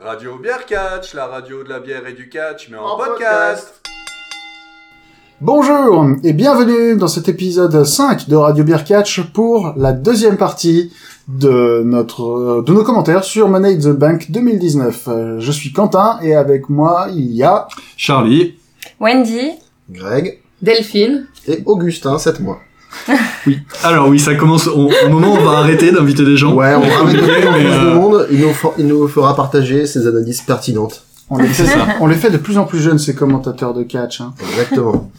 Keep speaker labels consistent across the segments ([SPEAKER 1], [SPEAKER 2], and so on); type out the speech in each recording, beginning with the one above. [SPEAKER 1] Radio Bière Catch, la radio de la bière et du catch, mais en,
[SPEAKER 2] En
[SPEAKER 1] podcast.
[SPEAKER 3] Bonjour et bienvenue dans cet épisode 5 de Radio Beer Catch pour la deuxième partie de notre euh, de nos commentaires sur Money in the Bank 2019. Euh, Je suis Quentin et avec moi il y a
[SPEAKER 4] Charlie,
[SPEAKER 5] Wendy,
[SPEAKER 6] Greg
[SPEAKER 2] Delphine.
[SPEAKER 6] et Augustin, 7 mois.
[SPEAKER 4] alors oui, ça commence, on, à un moment on va arrêter d'inviter des gens.
[SPEAKER 6] Ouais, on ramène de
[SPEAKER 4] Ok,
[SPEAKER 6] plus en
[SPEAKER 4] mais,
[SPEAKER 6] plus de
[SPEAKER 4] euh,
[SPEAKER 6] monde, il nous, for- il nous fera partager ses analyses pertinentes.
[SPEAKER 3] on les,
[SPEAKER 4] C'est
[SPEAKER 3] fait,
[SPEAKER 4] ça.
[SPEAKER 3] on les fait de plus en plus jeunes ces commentateurs de catch. Hein.
[SPEAKER 6] Exactement.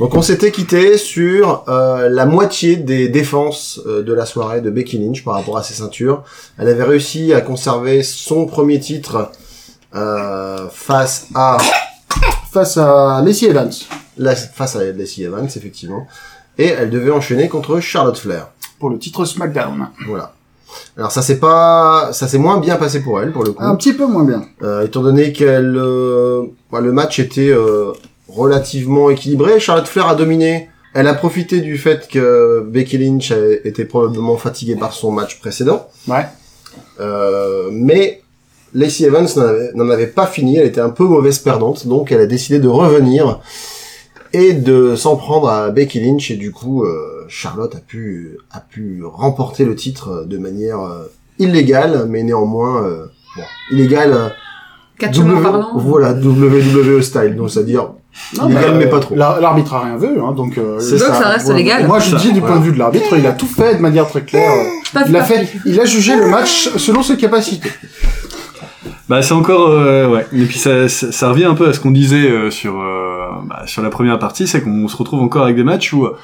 [SPEAKER 6] Donc on s'était quitté sur euh, la moitié des défenses euh, de la soirée de Becky Lynch par rapport à ses ceintures. Elle avait réussi à conserver son premier titre euh, face à
[SPEAKER 3] Face à Lacey Evans.
[SPEAKER 6] la, face à Lacey Evans effectivement, et elle devait enchaîner contre Charlotte Flair.
[SPEAKER 3] Pour le titre SmackDown.
[SPEAKER 6] Voilà. Alors ça s'est pas, ça s'est moins bien passé pour elle pour le coup.
[SPEAKER 3] Un petit peu moins bien.
[SPEAKER 6] Euh, étant donné qu'elle, euh, bah, le match était euh, relativement équilibré, Charlotte Flair a dominé. Elle a profité du fait que Becky Lynch a- était probablement fatiguée par son match précédent.
[SPEAKER 3] Ouais.
[SPEAKER 6] Euh, mais Lacey Evans n'en avait- n'en avait pas fini. Elle était un peu mauvaise perdante, donc elle a décidé de revenir et de s'en prendre à Becky Lynch. Et du coup, euh, Charlotte a pu a pu remporter le titre de manière euh, illégale, mais néanmoins euh, bon, illégale. euh,
[SPEAKER 2] Catchement
[SPEAKER 6] W-
[SPEAKER 2] parlant.
[SPEAKER 6] Voilà, WWE style, donc c'est-à-dire
[SPEAKER 3] Non,
[SPEAKER 6] Légal,
[SPEAKER 3] mais,
[SPEAKER 6] mais
[SPEAKER 3] euh,
[SPEAKER 6] pas trop.
[SPEAKER 3] la- L'arbitre a rien vu, hein, donc. euh,
[SPEAKER 6] C'est
[SPEAKER 2] Donc, ça. ça reste légal.
[SPEAKER 3] Moi, je
[SPEAKER 4] Ça,
[SPEAKER 3] dis du
[SPEAKER 6] voilà.
[SPEAKER 3] point de vue de l'arbitre, il a tout fait de manière très claire.
[SPEAKER 2] Paf,
[SPEAKER 3] Il a
[SPEAKER 2] paf.
[SPEAKER 3] fait, il a jugé le match selon ses capacités.
[SPEAKER 4] Bah c'est encore, euh, ouais. Et puis ça, ça, ça revient un peu à ce qu'on disait euh, sur euh, bah, sur la première partie, c'est qu'on se retrouve encore avec des matchs où euh,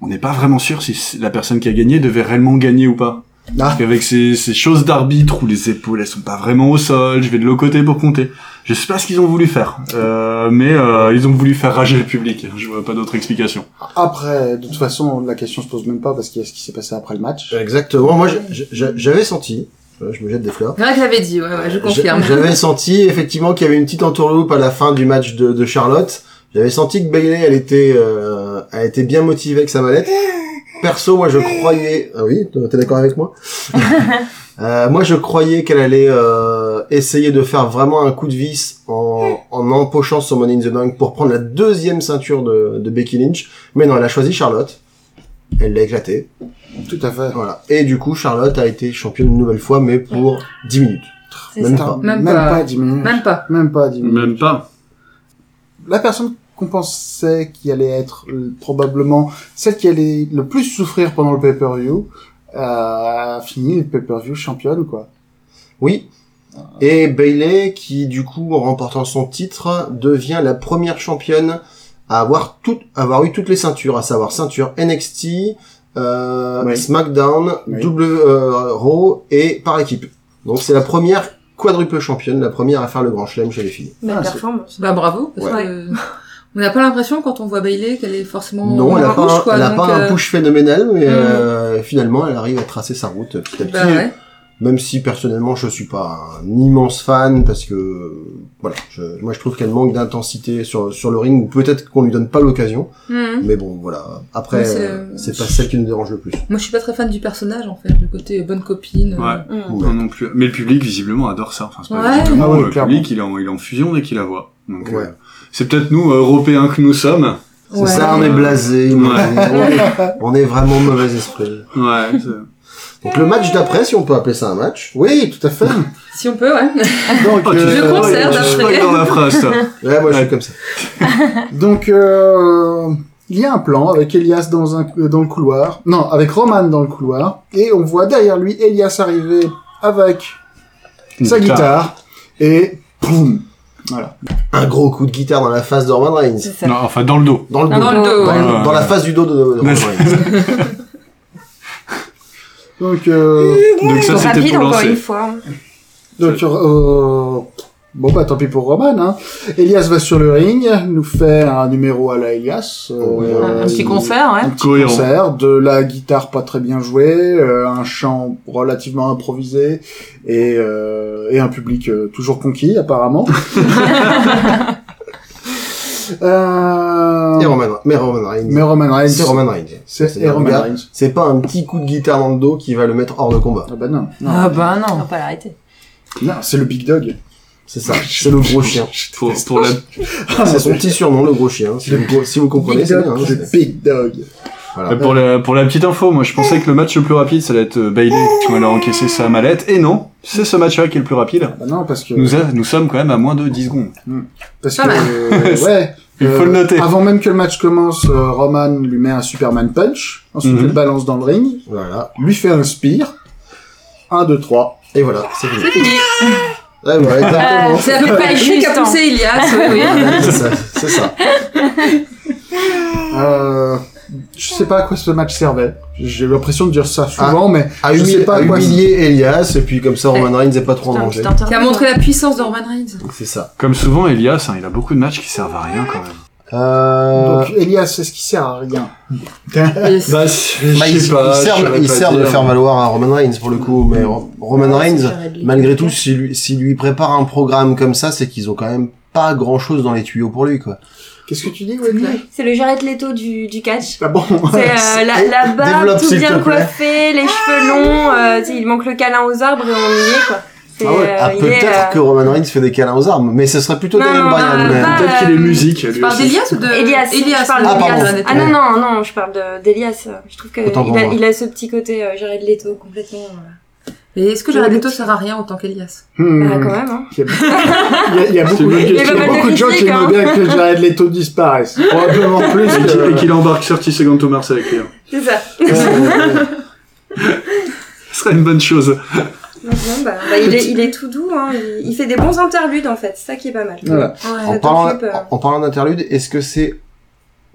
[SPEAKER 4] on n'est pas vraiment sûr si c- la personne qui a gagné devait réellement gagner ou pas.
[SPEAKER 3] Ah.
[SPEAKER 4] Parce qu'avec ces, ces choses d'arbitre où les épaules elles sont pas vraiment au sol, je vais de l'autre côté pour compter. Je sais pas ce qu'ils ont voulu faire, euh, mais euh, ils ont voulu faire rager le public. hein. Je vois pas d'autre explication.
[SPEAKER 3] Après, de toute façon, la question se pose même pas parce qu'il y a ce qui s'est passé après le match.
[SPEAKER 6] Exactement. Moi, je- je- je- j'avais senti, euh, je me jette des fleurs.
[SPEAKER 2] Greg l'avait dit, ouais, ouais, je confirme.
[SPEAKER 6] J'a- J'avais senti effectivement qu'il y avait une petite entourloupe à la fin du match de, de Charlotte. J'avais senti que Bailey, elle était, euh, elle était bien motivée avec sa mallette. Perso, moi, je croyais. Ah oui, t'es d'accord avec moi Euh, Moi, je croyais qu'elle allait euh, essayer de faire vraiment un coup de vis en, en empochant son Money in the Bank pour prendre la deuxième ceinture de, de Becky Lynch. Mais non, elle a choisi Charlotte. Elle l'a éclatée.
[SPEAKER 3] Tout à fait.
[SPEAKER 6] Voilà. Et du coup, Charlotte a été championne une nouvelle fois, mais pour 10 minutes.
[SPEAKER 5] c'est
[SPEAKER 6] Même
[SPEAKER 5] ça.
[SPEAKER 6] pas.
[SPEAKER 2] Même
[SPEAKER 3] même
[SPEAKER 2] pas.
[SPEAKER 3] pas 10 minutes.
[SPEAKER 2] Même pas.
[SPEAKER 3] Même pas 10 minutes.
[SPEAKER 4] Même pas.
[SPEAKER 3] La personne qu'on pensait qui allait être euh, probablement celle qui allait le plus souffrir pendant le pay-per-view, euh, a fini le pay-per-view championne, quoi.
[SPEAKER 6] Oui. Et Bailey, qui du coup, en remportant son titre, devient la première championne à avoir, tout, avoir eu toutes les ceintures, à savoir ceinture NXT, euh,
[SPEAKER 3] Oui.
[SPEAKER 6] SmackDown,
[SPEAKER 3] Oui.
[SPEAKER 6] W, euh, Raw et par équipe. Donc c'est la première quadruple championne, la première à faire le grand chelem chez les filles.
[SPEAKER 5] Belle
[SPEAKER 3] Ah, c'est-
[SPEAKER 5] performance.
[SPEAKER 2] Bah bravo, parce
[SPEAKER 5] Ouais.
[SPEAKER 2] que on n'a pas l'impression quand on voit Bailey qu'elle est forcément
[SPEAKER 6] non, elle a pas,
[SPEAKER 2] rouge,
[SPEAKER 6] un,
[SPEAKER 2] quoi,
[SPEAKER 6] elle a
[SPEAKER 2] donc,
[SPEAKER 6] pas
[SPEAKER 2] euh,
[SPEAKER 6] un push phénoménal, mais euh, finalement elle arrive à tracer sa route petit à petit.
[SPEAKER 2] Bah ouais.
[SPEAKER 6] Même si personnellement je suis pas un immense fan parce que euh, voilà, je- moi je trouve qu'elle manque d'intensité sur sur le ring ou peut-être qu'on lui donne pas l'occasion.
[SPEAKER 5] Hmm.
[SPEAKER 2] Mhm.
[SPEAKER 6] Mais bon voilà, après
[SPEAKER 2] Mais c'est,
[SPEAKER 6] euh,
[SPEAKER 2] euh,
[SPEAKER 6] c'est pas celle qui nous dérange le plus.
[SPEAKER 2] Moi, je suis pas très fan du personnage, en fait, le côté euh, bonne copine. euh,
[SPEAKER 4] Ouais.
[SPEAKER 5] Mm.
[SPEAKER 6] Ouais.
[SPEAKER 4] Non, non plus. Mais le public, visiblement, adore ça. Enfin, c'est pas
[SPEAKER 2] Ouais.
[SPEAKER 4] visiblement,
[SPEAKER 3] Ah ouais,
[SPEAKER 4] euh, le
[SPEAKER 3] clairement.
[SPEAKER 4] public, il est, en, il est en fusion dès qu'il la voit. Donc,
[SPEAKER 6] Ouais.
[SPEAKER 4] euh, c'est peut-être nous, Européens que nous sommes.
[SPEAKER 6] C'est
[SPEAKER 2] ouais.
[SPEAKER 6] ça, on est blasé,
[SPEAKER 4] Ouais.
[SPEAKER 6] on, est- on est vraiment mauvais esprit.
[SPEAKER 4] Ouais. c'est-
[SPEAKER 6] Donc le match d'après, si on peut appeler ça un match.
[SPEAKER 3] Oui, tout à fait.
[SPEAKER 2] Si on peut, ouais.
[SPEAKER 3] Donc, euh,
[SPEAKER 4] Oh, tu
[SPEAKER 2] Je
[SPEAKER 4] spoil-
[SPEAKER 2] conserve
[SPEAKER 4] tu spoil
[SPEAKER 2] après.
[SPEAKER 4] dans la phrase, toi.
[SPEAKER 6] Ouais, moi je
[SPEAKER 4] Ouais.
[SPEAKER 6] suis comme ça.
[SPEAKER 3] Donc, euh, il y a un plan avec Elias dans, un, euh, dans le couloir. Non, avec Roman dans le couloir. Et on voit derrière lui Elias arriver avec sa
[SPEAKER 4] Une
[SPEAKER 3] guitare. Et boum
[SPEAKER 6] Un gros coup de guitare dans la face de Roman Reigns.
[SPEAKER 5] C'est ça.
[SPEAKER 4] Non, enfin, dans le dos.
[SPEAKER 6] Dans le
[SPEAKER 5] Non,
[SPEAKER 6] dos.
[SPEAKER 2] Dans le dos,
[SPEAKER 6] Dans,
[SPEAKER 2] ouais.
[SPEAKER 6] le- dans la face du dos de, de Roman Reigns.
[SPEAKER 3] Donc, euh,
[SPEAKER 4] Donc, ça, c'était
[SPEAKER 5] rapide
[SPEAKER 4] pour
[SPEAKER 5] encore
[SPEAKER 4] lancer.
[SPEAKER 5] une fois.
[SPEAKER 3] donc euh, Bon bah tant pis pour Roman. Hein. Elias va sur le ring, nous fait un numéro à la Elias. euh,
[SPEAKER 6] Oh, ouais.
[SPEAKER 5] Un, un petit
[SPEAKER 3] il-
[SPEAKER 5] concert, ouais.
[SPEAKER 3] Un petit
[SPEAKER 4] Cohérent.
[SPEAKER 3] concert, de la guitare pas très bien jouée, euh, un chant relativement improvisé et, euh, et un public euh, toujours conquis apparemment. euh...
[SPEAKER 6] Et Roman, mais Roman
[SPEAKER 3] Mais
[SPEAKER 6] Reigns.
[SPEAKER 3] Roman Reigns.
[SPEAKER 6] C'est Roman Reigns.
[SPEAKER 3] C'est
[SPEAKER 6] C'est
[SPEAKER 3] et Roman
[SPEAKER 6] Roman.
[SPEAKER 3] Reigns.
[SPEAKER 6] C'est pas un petit coup de guitare dans le dos qui va le mettre hors de combat.
[SPEAKER 3] Ah bah non. Non,
[SPEAKER 5] Ah bah
[SPEAKER 2] On
[SPEAKER 5] non.
[SPEAKER 2] va pas l'arrêter.
[SPEAKER 3] non c'est le Big Dog.
[SPEAKER 6] C'est ça. C'est le gros chien.
[SPEAKER 4] Pour, pour la...
[SPEAKER 6] C'est son petit surnom, le gros chien. Si vous, si vous comprenez,
[SPEAKER 3] Big
[SPEAKER 6] c'est bien.
[SPEAKER 3] Dog.
[SPEAKER 6] hein,
[SPEAKER 3] Le
[SPEAKER 6] c'est-
[SPEAKER 3] Big Dog.
[SPEAKER 6] voilà.
[SPEAKER 4] pour, la, pour la petite info, moi je pensais que le match le plus rapide, ça allait être euh, Bailey qui allait encaisser sa mallette. Et non, c'est ce match-là qui est le plus rapide.
[SPEAKER 3] Bah non parce que
[SPEAKER 4] Nous, a- nous sommes quand même à moins de 10 secondes.
[SPEAKER 3] parce
[SPEAKER 5] Pas
[SPEAKER 3] que euh, ouais.
[SPEAKER 4] Il faut
[SPEAKER 3] euh,
[SPEAKER 4] le noter.
[SPEAKER 3] Avant même que le match commence, euh, Roman lui met un Superman Punch, ensuite
[SPEAKER 4] Mhm.
[SPEAKER 3] il le balance dans le ring,
[SPEAKER 6] Voilà.
[SPEAKER 3] lui fait un spear. 1, 2, 3.
[SPEAKER 6] Et voilà, c'est fini. Ah,
[SPEAKER 5] C'est fini.
[SPEAKER 6] Ouais, voilà, exactement.
[SPEAKER 5] Euh, c'est à peu près
[SPEAKER 2] Bah, Lui qui
[SPEAKER 5] juste.
[SPEAKER 2] a
[SPEAKER 5] hein.
[SPEAKER 2] poussé
[SPEAKER 7] Ah,
[SPEAKER 2] Elias, oui, oui.
[SPEAKER 6] Voilà, c'est ça. C'est ça.
[SPEAKER 3] Euh, je sais pas à quoi ce match servait. J'ai l'impression de dire ça souvent, mais
[SPEAKER 6] À,
[SPEAKER 3] Je
[SPEAKER 6] humil-
[SPEAKER 3] sais pas
[SPEAKER 6] à
[SPEAKER 3] à quoi
[SPEAKER 6] humilier Elias, et puis comme ça, Roman Reigns n'est pas trop en
[SPEAKER 5] Putain,
[SPEAKER 6] danger.
[SPEAKER 5] putain, putain.
[SPEAKER 2] Qui a montré la puissance de Roman Reigns.
[SPEAKER 6] C'est ça.
[SPEAKER 4] Comme souvent, Elias, hein, il a beaucoup de matchs qui servent à rien quand même.
[SPEAKER 6] Euh...
[SPEAKER 3] donc Elias, est-ce qu'il sert à rien
[SPEAKER 2] Yes.
[SPEAKER 4] Bah, je
[SPEAKER 6] bah, il, il sert, il sert de faire valoir à Roman Reigns pour le coup, mais Ro- Roman Reigns, malgré tout, si lui, si lui prépare un programme comme ça, c'est qu'ils ont quand même pas grand chose dans les tuyaux pour lui, quoi.
[SPEAKER 3] Qu'est-ce que tu dis, Wendy
[SPEAKER 7] C'est le Jared Leto du, du catch.
[SPEAKER 3] Ah bon
[SPEAKER 7] C'est euh, la, la
[SPEAKER 6] Développe,
[SPEAKER 7] barbe, tout
[SPEAKER 6] s'il te
[SPEAKER 7] bien
[SPEAKER 6] plaît.
[SPEAKER 7] coiffé, les
[SPEAKER 2] Ah,
[SPEAKER 7] cheveux longs, euh, tu sais, il manque le câlin aux arbres et on y est, quoi. C'est,
[SPEAKER 3] Ah ouais,
[SPEAKER 7] euh,
[SPEAKER 6] Ah,
[SPEAKER 7] il est,
[SPEAKER 6] peut-être
[SPEAKER 7] euh,
[SPEAKER 6] que Roman Reigns fait des câlins aux armes, mais ce serait plutôt
[SPEAKER 7] Non,
[SPEAKER 6] Daniel
[SPEAKER 7] non,
[SPEAKER 6] Bryan.
[SPEAKER 7] non,
[SPEAKER 6] mais-
[SPEAKER 7] pas- euh,
[SPEAKER 4] Peut-être qu'il est musique. lui
[SPEAKER 2] Tu parles
[SPEAKER 4] aussi.
[SPEAKER 2] d'Elias ou de...
[SPEAKER 7] Elias,
[SPEAKER 2] Elias,
[SPEAKER 7] je parle
[SPEAKER 6] Euh, Ah,
[SPEAKER 2] de
[SPEAKER 6] pardon.
[SPEAKER 2] Elias,
[SPEAKER 7] Ah non, non, non, je parle de- d'Elias. euh, Je trouve qu'il
[SPEAKER 6] Autant pour
[SPEAKER 7] a,
[SPEAKER 6] moi.
[SPEAKER 7] il a ce petit côté euh, Jared Leto complètement. euh,
[SPEAKER 2] Et est-ce que Jared Leto sert à rien autant qu'Elias
[SPEAKER 3] Hmm.
[SPEAKER 8] Ah,
[SPEAKER 7] bah, quand même, hein.
[SPEAKER 3] Il y a- il y a, il y a beaucoup,
[SPEAKER 4] une bonne
[SPEAKER 3] il y a
[SPEAKER 7] question.
[SPEAKER 3] beaucoup de gens qui
[SPEAKER 7] Il y a pas
[SPEAKER 3] aimeraient
[SPEAKER 7] mal de
[SPEAKER 3] bien que Jared Leto disparaisse. Probablement plus
[SPEAKER 4] Et qu'il-
[SPEAKER 3] que...
[SPEAKER 4] Et qu'il embarque 30 secondes to Mars avec lui. hein.
[SPEAKER 7] C'est ça.
[SPEAKER 3] Euh,
[SPEAKER 4] Ce serait une bonne chose.
[SPEAKER 7] Donc, bon, bah, bah, il, est, il est tout doux, hein. il, il fait des bons interludes en fait, c'est ça qui est pas mal.
[SPEAKER 3] voilà.
[SPEAKER 6] En
[SPEAKER 7] Ça
[SPEAKER 6] parlant,
[SPEAKER 7] t'occupe, euh.
[SPEAKER 6] en- en parlant d'interlude, est-ce que c'est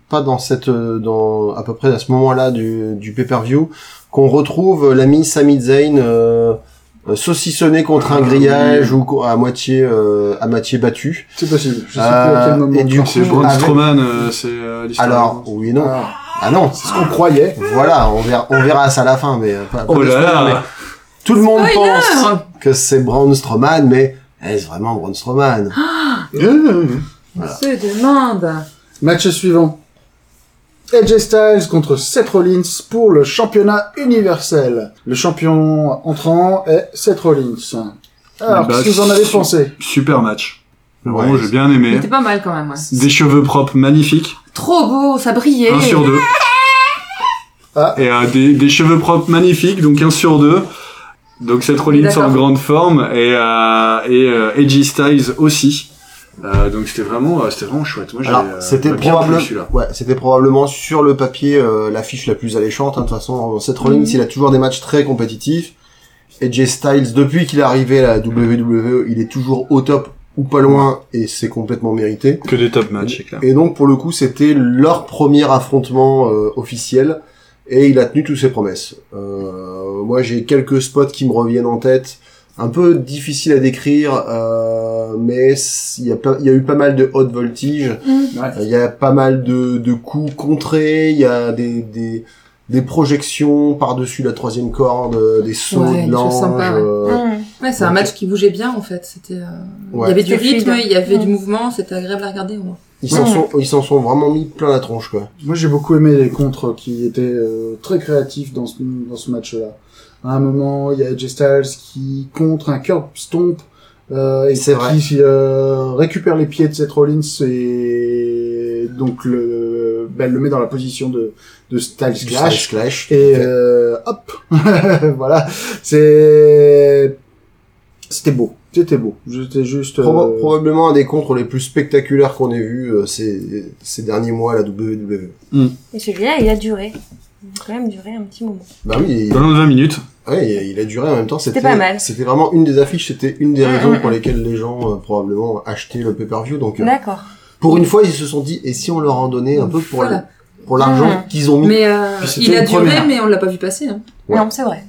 [SPEAKER 6] pas dans cette, euh, dans à peu près à ce moment-là du, du pay-per-view qu'on retrouve euh, l'ami Sami Zayn euh, euh, saucissonné contre
[SPEAKER 3] Ah,
[SPEAKER 6] un grillage ou co- à moitié euh, à moitié battu
[SPEAKER 3] C'est possible. Je sais plus à
[SPEAKER 6] Euh,
[SPEAKER 3] quel moment.
[SPEAKER 6] et du coup
[SPEAKER 4] C'est Braun
[SPEAKER 6] avec-
[SPEAKER 4] Strowman, euh, c'est euh, l'histoire.
[SPEAKER 6] ah, alors oui et non
[SPEAKER 3] Ah,
[SPEAKER 6] ah non
[SPEAKER 3] c'est ce qu'on croyait.
[SPEAKER 6] voilà on verra on verra ça à la fin mais euh, pas- pas
[SPEAKER 4] Oh
[SPEAKER 6] de
[SPEAKER 4] là
[SPEAKER 6] spoiler,
[SPEAKER 4] là
[SPEAKER 6] mais tout le monde pense que c'est Braun Strowman mais est-ce vraiment Braun Strowman
[SPEAKER 3] Euh,
[SPEAKER 2] Se demande.
[SPEAKER 3] Match suivant. AJ Styles contre Seth Rollins pour le championnat universel. Le champion entrant est Seth Rollins. Alors,
[SPEAKER 6] Bah,
[SPEAKER 4] Eh ben,
[SPEAKER 3] qu'est-ce que vous en avez pensé
[SPEAKER 4] Super match. Vraiment,
[SPEAKER 6] Ouais.
[SPEAKER 4] j'ai bien
[SPEAKER 5] Il
[SPEAKER 4] aimé.
[SPEAKER 5] était pas mal quand même, ouais.
[SPEAKER 4] Des cheveux propres magnifiques,
[SPEAKER 5] Trop beau, ça brillait.
[SPEAKER 4] un sur deux.
[SPEAKER 3] Ah.
[SPEAKER 4] Et euh, des, des cheveux propres magnifiques, donc un sur deux. Donc cette Rollins en
[SPEAKER 2] D'accord.
[SPEAKER 4] grande forme et euh, et euh, AJ Styles aussi. Euh, donc c'était vraiment euh, c'était vraiment chouette. Moi j'ai
[SPEAKER 6] Alors,
[SPEAKER 4] euh,
[SPEAKER 6] c'était
[SPEAKER 4] bien
[SPEAKER 6] probable-
[SPEAKER 4] plu, celui-là.
[SPEAKER 6] ouais, c'était probablement sur le papier euh, l'affiche la plus alléchante. hein. De toute façon, Seth Rollins, il a toujours des matchs très compétitifs. Et Jay Styles, depuis qu'il est arrivé à la WWE, il est toujours au top ou pas loin, et c'est complètement mérité.
[SPEAKER 4] Que des top matchs, c'est clair.
[SPEAKER 6] Et donc, pour le coup, c'était leur premier affrontement euh, officiel, et il a tenu toutes ses promesses. Euh, moi, j'ai quelques spots qui me reviennent en tête, un peu difficile à décrire, euh, mais c- il y, a plein- il y a eu pas mal de haute voltige.
[SPEAKER 2] Mmh.
[SPEAKER 6] Il y a pas mal de, de coups contrés, il y a des, des, des projections par-dessus la troisième corde, euh, des sauts
[SPEAKER 2] Ouais,
[SPEAKER 6] de
[SPEAKER 2] des choses
[SPEAKER 6] l'ange.
[SPEAKER 2] sympas, ouais.
[SPEAKER 6] euh,
[SPEAKER 2] Ouais, c'est un match qui bougeait bien en fait. C'était. euh,
[SPEAKER 6] ouais.
[SPEAKER 2] Il y avait du
[SPEAKER 7] C'était
[SPEAKER 2] rythme,
[SPEAKER 7] fluide.
[SPEAKER 2] il y avait
[SPEAKER 7] Mm.
[SPEAKER 2] du mouvement, c'était agréable à regarder au moins.
[SPEAKER 6] Ils s'en sont, ils s'en sont vraiment mis plein la tronche, quoi.
[SPEAKER 3] Moi, j'ai beaucoup aimé les contres qui étaient euh, très créatifs dans ce, dans ce match-là. À un moment, il y a AJ Styles qui contre un curb stomp euh, et
[SPEAKER 6] C'est vrai.
[SPEAKER 3] qui euh, récupère les pieds de Seth Rollins et donc le, ben, le met dans la position de, de Styles Clash.
[SPEAKER 6] Slash, clash.
[SPEAKER 3] Et euh, hop, voilà, c'est c'était beau, c'était beau. J'étais juste. euh,
[SPEAKER 6] Proba- probablement un des contres les plus spectaculaires qu'on ait vu euh, ces, ces derniers mois à la E. WWE.
[SPEAKER 7] Et celui-là, il a duré. Il a quand même duré un petit moment.
[SPEAKER 6] Bah oui, il,
[SPEAKER 4] Dans de 20 minutes.
[SPEAKER 6] ouais, il a- il a duré en même temps. C'était
[SPEAKER 7] pas mal.
[SPEAKER 6] C'était vraiment une des affiches, c'était une des
[SPEAKER 7] Mm,
[SPEAKER 6] raisons
[SPEAKER 7] mm,
[SPEAKER 6] pour lesquelles les gens euh, probablement achetaient le pay-per-view. Donc, euh,
[SPEAKER 7] D'accord.
[SPEAKER 6] Pour une fois, ils se sont dit, et si on leur en donnait un peu pour
[SPEAKER 2] Voilà.
[SPEAKER 6] la- pour l'argent
[SPEAKER 7] Mmh.
[SPEAKER 6] qu'ils ont mis
[SPEAKER 2] Mais euh,
[SPEAKER 6] Puis c'était
[SPEAKER 2] il a
[SPEAKER 6] une
[SPEAKER 2] duré,
[SPEAKER 6] première.
[SPEAKER 2] mais on l'a pas vu passer. Hein.
[SPEAKER 6] Ouais.
[SPEAKER 7] Non, c'est vrai.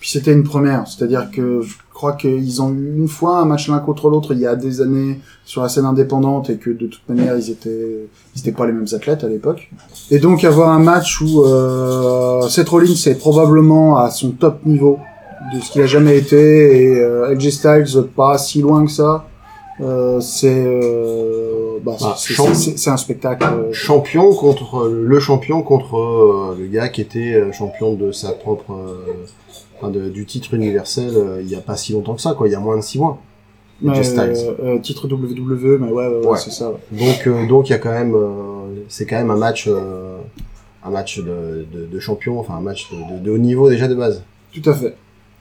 [SPEAKER 3] Puis c'était une première, c'est-à-dire que je crois qu'ils ont eu une fois un match l'un contre l'autre il y a des années sur la scène indépendante et que de toute manière ils étaient ils étaient pas les mêmes athlètes à l'époque. Et donc avoir un match où euh, Seth Rollins est probablement à son top niveau de ce qu'il a jamais été et euh, AJ Styles pas si loin que ça. Euh, c'est euh, bah,
[SPEAKER 6] Ah,
[SPEAKER 3] c'est-
[SPEAKER 6] champ-
[SPEAKER 3] c'est c'est- c'est un spectacle. euh,
[SPEAKER 6] champion contre le champion contre euh, le gars qui était euh, champion de sa propre euh, enfin, de- du titre universel euh, il y a pas si longtemps que ça quoi il y a moins de six mois
[SPEAKER 3] mais,
[SPEAKER 6] AJ Styles.
[SPEAKER 3] euh, euh, titre WWE mais ouais, ouais, ouais,
[SPEAKER 6] Ouais.
[SPEAKER 3] c'est ça. ouais.
[SPEAKER 6] donc euh, donc il y a quand même euh, c'est quand même un match euh, un match de, de, de champion enfin un match de, de- de haut niveau déjà de base
[SPEAKER 3] Tout à fait.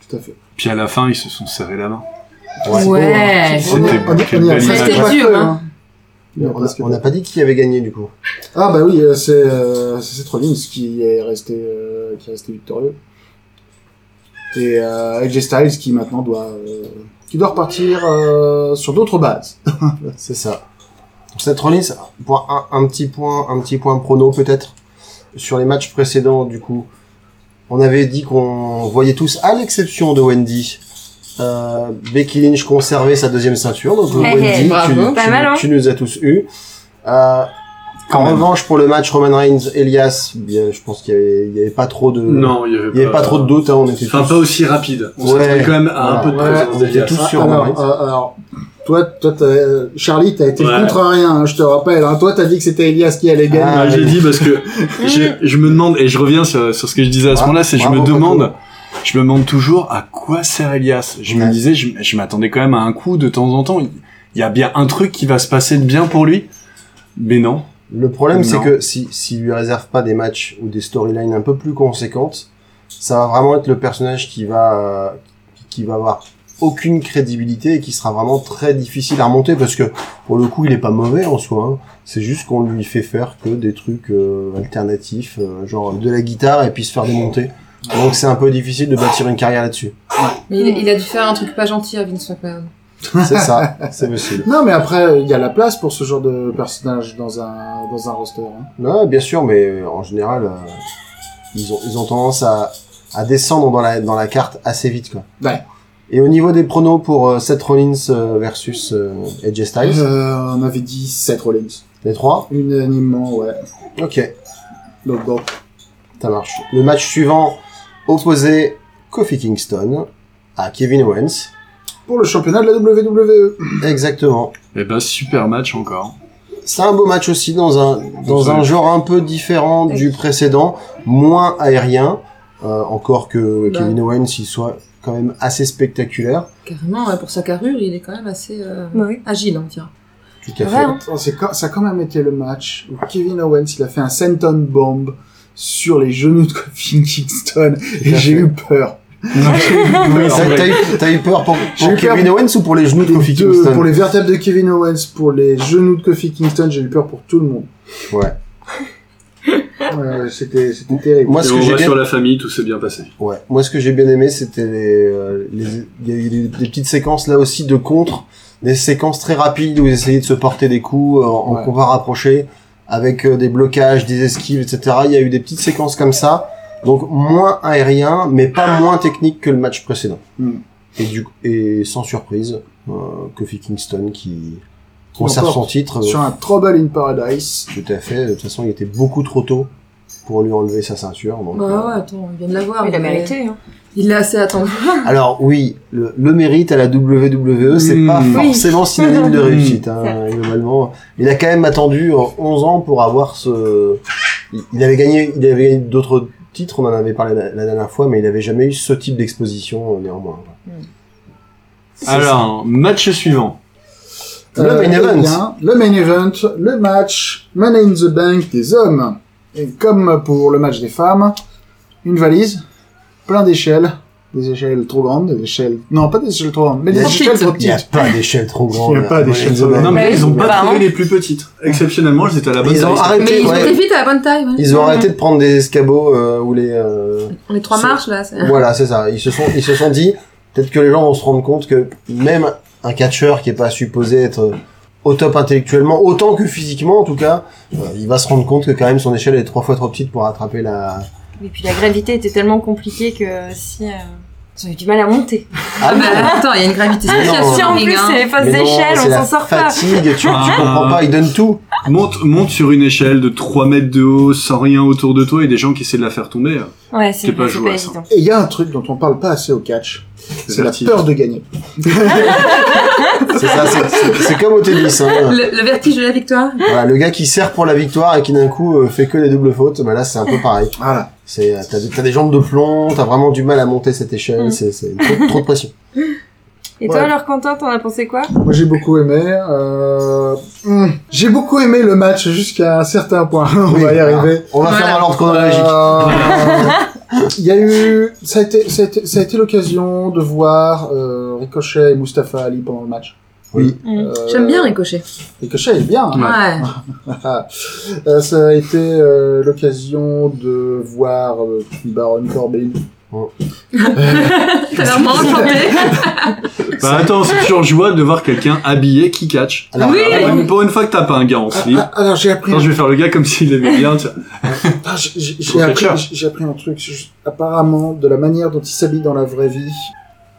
[SPEAKER 3] Tout à fait.
[SPEAKER 4] Puis à la fin, ils se sont serrés la main.
[SPEAKER 6] Ouais.
[SPEAKER 5] Ouais.
[SPEAKER 4] C'était
[SPEAKER 3] On est- on est à
[SPEAKER 4] quelle
[SPEAKER 3] presque
[SPEAKER 5] belle
[SPEAKER 3] pas
[SPEAKER 5] image.
[SPEAKER 3] près,
[SPEAKER 5] dur, hein.
[SPEAKER 3] hein. On est à
[SPEAKER 6] on a-
[SPEAKER 3] presque
[SPEAKER 6] on
[SPEAKER 3] pas
[SPEAKER 6] n'a pas dit qui avait gagné du coup
[SPEAKER 3] Ah bah oui, euh, c'est euh, c'est Seth Rollins qui est resté euh, qui est resté victorieux. Et euh, AJ Styles qui maintenant doit euh, qui doit repartir euh, sur d'autres bases.
[SPEAKER 6] c'est ça pour cette relance pour un, un petit point un petit point prono peut-être sur les matchs précédents du coup on avait dit qu'on voyait tous à l'exception de Wendy euh, Becky Lynch conserver sa deuxième ceinture donc
[SPEAKER 7] Hey,
[SPEAKER 6] Wendy
[SPEAKER 7] hey,
[SPEAKER 6] tu-
[SPEAKER 7] bravo.
[SPEAKER 6] tu,
[SPEAKER 7] Pas mal, hein
[SPEAKER 6] tu nous as tous eu euh, en
[SPEAKER 4] même.
[SPEAKER 6] revanche pour le match Roman Reigns Elias bien, je pense qu'il y avait, il y avait pas trop de
[SPEAKER 4] Non, euh, il y avait,
[SPEAKER 6] il y avait pas trop de doute hein, on était
[SPEAKER 4] Enfin,
[SPEAKER 6] tous
[SPEAKER 4] pas aussi rapide. On
[SPEAKER 6] Ouais.
[SPEAKER 4] s'attendait quand même à un
[SPEAKER 6] Voilà.
[SPEAKER 4] peu de
[SPEAKER 3] Ouais,
[SPEAKER 4] présence
[SPEAKER 6] on
[SPEAKER 4] des
[SPEAKER 6] était
[SPEAKER 4] gars.
[SPEAKER 6] tous sur
[SPEAKER 3] alors,
[SPEAKER 6] Roman Reigns.
[SPEAKER 3] euh, alors toi toi t'as, euh, Charlie t'as été
[SPEAKER 4] Ouais.
[SPEAKER 3] contre à rien, hein, je te rappelle. Hein. Toi t'as dit que c'était Elias qui allait gagner.
[SPEAKER 6] Ah,
[SPEAKER 4] Ah, j'ai
[SPEAKER 6] oui.
[SPEAKER 4] dit parce que j'ai- je me demande et je reviens sur, sur ce que je disais à ce
[SPEAKER 6] Bra-
[SPEAKER 4] moment-là, c'est je
[SPEAKER 6] bravo,
[SPEAKER 4] me
[SPEAKER 6] Coco.
[SPEAKER 4] demande, je me demande toujours à quoi sert Elias. Je me
[SPEAKER 6] Ouais.
[SPEAKER 4] disais, je, je m'attendais quand même à un coup de temps en temps. Il il y a bien un truc qui va se passer de bien pour lui, mais non.
[SPEAKER 6] Le problème, c'est
[SPEAKER 4] Non.
[SPEAKER 6] que si, s'il lui réserve pas des matchs ou des storylines un peu plus conséquentes, ça va vraiment être le personnage qui va, euh, qui va avoir aucune crédibilité et qui sera vraiment très difficile à remonter parce que pour le coup, il est pas mauvais en soi. hein. C'est juste qu'on lui fait faire que des trucs euh, alternatifs, euh, genre de la guitare et puis se faire démonter. Donc c'est un peu difficile de bâtir une carrière là-dessus.
[SPEAKER 2] Mais
[SPEAKER 5] Mm.
[SPEAKER 2] il, il a dû faire un truc pas gentil à Vince McMahon.
[SPEAKER 6] C'est ça, c'est possible.
[SPEAKER 3] Non mais après il y a la place pour ce genre de personnage dans un dans un roster. hein.
[SPEAKER 6] Non, bien sûr, mais euh, en général, euh, ils, ont, ils ont tendance à, à descendre dans la, dans la carte assez vite. Quoi.
[SPEAKER 3] Ouais.
[SPEAKER 6] Et au niveau des pronos pour euh, Seth Rollins euh, versus euh, AJ Styles,
[SPEAKER 3] Euh, on avait dit Seth Rollins
[SPEAKER 6] les trois
[SPEAKER 3] unanimement ouais.
[SPEAKER 6] Ok,
[SPEAKER 3] Donc bon.
[SPEAKER 6] ça marche. Le match suivant opposé Kofi Kingston à Kevin Owens.
[SPEAKER 3] pour le championnat de la E. WWE.
[SPEAKER 6] Exactement.
[SPEAKER 4] Eh ben, super match encore.
[SPEAKER 6] C'est un beau match aussi dans un dans un
[SPEAKER 4] Absolument.
[SPEAKER 6] genre un peu différent du précédent, moins aérien, euh, encore que
[SPEAKER 2] Bah.
[SPEAKER 6] Kevin Owens il soit quand même assez spectaculaire.
[SPEAKER 2] Carrément, ouais, pour sa carrure, il est quand même assez euh,
[SPEAKER 7] Ouais.
[SPEAKER 2] agile, on dirait.
[SPEAKER 6] Bah Tout à fait.
[SPEAKER 5] Ouais, hein.
[SPEAKER 3] Attends, Oh, c'est quand- ça a quand même été le match où Kevin Owens il a fait un senton bomb sur les genoux de Kofi Kingston et
[SPEAKER 6] Tout à
[SPEAKER 3] j'ai
[SPEAKER 6] fait.
[SPEAKER 3] eu peur.
[SPEAKER 6] Oui,
[SPEAKER 3] Alors,
[SPEAKER 6] t'as- t'as eu- T'as eu peur pour,
[SPEAKER 3] J'ai
[SPEAKER 6] pour
[SPEAKER 3] eu peur
[SPEAKER 6] Kevin Owens ou pour les genoux de Kofi
[SPEAKER 3] Deux,
[SPEAKER 6] Kingston
[SPEAKER 3] pour les vertèbres de Kevin Owens, pour les genoux de Kofi Kingston, j'ai eu peur pour tout le monde.
[SPEAKER 6] Ouais.
[SPEAKER 3] Ouais, c'était c'était terrible.
[SPEAKER 6] Moi,
[SPEAKER 4] Et
[SPEAKER 6] ce
[SPEAKER 4] on
[SPEAKER 6] que j'ai
[SPEAKER 4] voit
[SPEAKER 6] bien...
[SPEAKER 4] sur la famille, tout s'est bien passé.
[SPEAKER 6] ouais. Moi, ce que j'ai bien aimé, c'était les, euh, les- il y a eu des, des petites séquences là aussi de contre, des séquences très rapides où ils essayaient de se porter des coups euh, en
[SPEAKER 3] Ouais.
[SPEAKER 6] combat rapproché, avec euh, des blocages, des esquives, etc. Il y a eu des petites séquences comme ça, donc moins aérien, mais pas moins technique que le match précédent.
[SPEAKER 3] Mm.
[SPEAKER 6] Et du et sans surprise, euh, Kofi Kingston qui conserve son
[SPEAKER 3] l'emporte
[SPEAKER 6] titre. euh,
[SPEAKER 3] sur un Trouble in Paradise.
[SPEAKER 6] Tout à fait. De toute façon, il était beaucoup trop tôt pour lui enlever sa ceinture. donc,
[SPEAKER 2] Bah
[SPEAKER 6] euh,
[SPEAKER 2] ouais, attends, il vient de l'avoir.
[SPEAKER 5] Il a
[SPEAKER 7] Ah,
[SPEAKER 2] mais euh,
[SPEAKER 5] mérité. Hein.
[SPEAKER 2] Il l'a assez attendu.
[SPEAKER 6] Alors oui, le, le mérite à la WWE, c'est
[SPEAKER 4] Mmh.
[SPEAKER 6] pas
[SPEAKER 3] Hmm.
[SPEAKER 4] Oui.
[SPEAKER 6] forcément synonyme de
[SPEAKER 4] Mmh.
[SPEAKER 6] réussite. hein, globalement, il a quand même attendu euh, 11 ans pour avoir ce. Il- Il avait gagné, il avait gagné d'autres titres. On en avait parlé la, la dernière fois, mais il avait jamais eu ce type d'exposition euh, néanmoins. quoi.
[SPEAKER 4] Alors, match suivant.
[SPEAKER 6] Le main
[SPEAKER 3] eh
[SPEAKER 6] event.
[SPEAKER 3] bien, le main event, le match Money in the Bank des hommes. Et comme pour le match des femmes, une valise, plein d'échelles, des échelles trop grandes, des échelles... Non, pas des échelles trop grandes, mais des
[SPEAKER 6] Des
[SPEAKER 3] échelles trop
[SPEAKER 6] Il n'y a
[SPEAKER 3] petites.
[SPEAKER 6] pas d'échelle trop grande. hein,
[SPEAKER 3] Il y a pas
[SPEAKER 6] Ouais,
[SPEAKER 3] d'échelle trop
[SPEAKER 6] c'est
[SPEAKER 3] grande.
[SPEAKER 6] vrai.
[SPEAKER 4] Non, mais
[SPEAKER 5] Bah,
[SPEAKER 4] ils ont pas
[SPEAKER 5] bah,
[SPEAKER 4] trouvé
[SPEAKER 5] hein.
[SPEAKER 4] les plus petites. Exceptionnellement, ils étaient à la bonne
[SPEAKER 6] Ils ont
[SPEAKER 4] taille.
[SPEAKER 6] arrêté.
[SPEAKER 2] Mais ils
[SPEAKER 6] ouais.
[SPEAKER 2] étaient vite à la bonne taille. Ouais.
[SPEAKER 6] Ils ont arrêté de prendre des escabeaux euh, ou les. euh,
[SPEAKER 2] On est trois
[SPEAKER 6] C'est-
[SPEAKER 2] marches là. c'est-
[SPEAKER 6] Voilà, c'est ça. Ils se sont, ils se sont dit, peut-être que les gens vont se rendre compte que même un catcheur qui est pas supposé être au top intellectuellement, autant que physiquement en tout cas, euh, il va se rendre compte que quand même son échelle est trois fois trop petite pour attraper la.
[SPEAKER 5] Et puis la gravité était tellement compliquée que si euh,
[SPEAKER 8] Ils ont eu du mal à monter.
[SPEAKER 6] Ah,
[SPEAKER 2] Ah bah attends, il y a une gravité
[SPEAKER 7] Ah,
[SPEAKER 2] spéciale.
[SPEAKER 6] non,
[SPEAKER 8] Si en
[SPEAKER 2] les
[SPEAKER 8] plus
[SPEAKER 2] gars,
[SPEAKER 8] c'est
[SPEAKER 2] hein.
[SPEAKER 8] les fausses
[SPEAKER 6] mais non,
[SPEAKER 8] échelles,
[SPEAKER 6] c'est
[SPEAKER 8] on
[SPEAKER 6] la
[SPEAKER 8] s'en sort pas.
[SPEAKER 6] fatigue, tu, tu
[SPEAKER 4] Ah.
[SPEAKER 6] comprends pas, ils donnent tout.
[SPEAKER 4] Monte, monte sur une échelle de 3 mètres de haut, sans rien autour de toi, et des gens qui essaient de la faire tomber.
[SPEAKER 8] Ouais,
[SPEAKER 4] C'est
[SPEAKER 8] c'est
[SPEAKER 4] pas
[SPEAKER 8] pas,
[SPEAKER 4] joué à
[SPEAKER 8] pas
[SPEAKER 4] ça.
[SPEAKER 8] évident.
[SPEAKER 3] Et il y a un truc dont on parle pas assez au catch, c'est la
[SPEAKER 4] vertige.
[SPEAKER 3] peur de gagner.
[SPEAKER 6] C'est ça, c'est- c'est c'est comme au tennis. Hein.
[SPEAKER 2] Le, le vertige de la victoire.
[SPEAKER 6] Voilà, le gars qui sert pour la victoire et qui d'un coup euh, fait que les doubles fautes, bah là c'est un peu pareil.
[SPEAKER 3] Voilà.
[SPEAKER 6] C'est euh, t'as des- t'as des jambes de plomb, t'as vraiment du mal à monter cette échelle,
[SPEAKER 8] Mm.
[SPEAKER 6] c'est c'est trop, trop de pression.
[SPEAKER 8] Et toi
[SPEAKER 3] Ouais.
[SPEAKER 8] alors Quentin, t'en as pensé quoi
[SPEAKER 3] Moi j'ai beaucoup aimé. Euh... hmm, J'ai beaucoup aimé le match jusqu'à un certain point. on
[SPEAKER 6] Oui,
[SPEAKER 3] va y
[SPEAKER 6] voilà.
[SPEAKER 3] arriver.
[SPEAKER 6] On va faire
[SPEAKER 2] Voilà.
[SPEAKER 6] un ordre chronologique.
[SPEAKER 3] Euh, Il y a eu, ça a été, ça a été, ça a été l'occasion de voir euh, Ricochet et Mustafa Ali pendant le match.
[SPEAKER 6] Oui.
[SPEAKER 3] Euh,
[SPEAKER 2] Mm. J'aime bien Ricochet.
[SPEAKER 3] Ricochet est bien. hein.
[SPEAKER 2] Ouais.
[SPEAKER 3] Euh, ça a été euh, l'occasion de voir euh, Baron Corbin.
[SPEAKER 2] T'as l'air moins enchanté.
[SPEAKER 4] Bah attends, c'est toujours jouable de voir quelqu'un habillé qui catch.
[SPEAKER 6] Alors,
[SPEAKER 2] Oui.
[SPEAKER 4] Ah, mais Pour une fois que t'as pas un gars en
[SPEAKER 3] Ah,
[SPEAKER 4] slip.
[SPEAKER 3] ah, alors j'ai appris,
[SPEAKER 4] Attends, je vais faire le gars comme s'il aimait bien. tu vois.
[SPEAKER 3] ah, j'ai- j'ai-
[SPEAKER 4] Faut
[SPEAKER 3] j'ai appris,
[SPEAKER 4] catcher.
[SPEAKER 3] j'ai- j'ai appris un truc. C'est juste, Apparemment, de la manière dont il s'habille dans la vraie vie,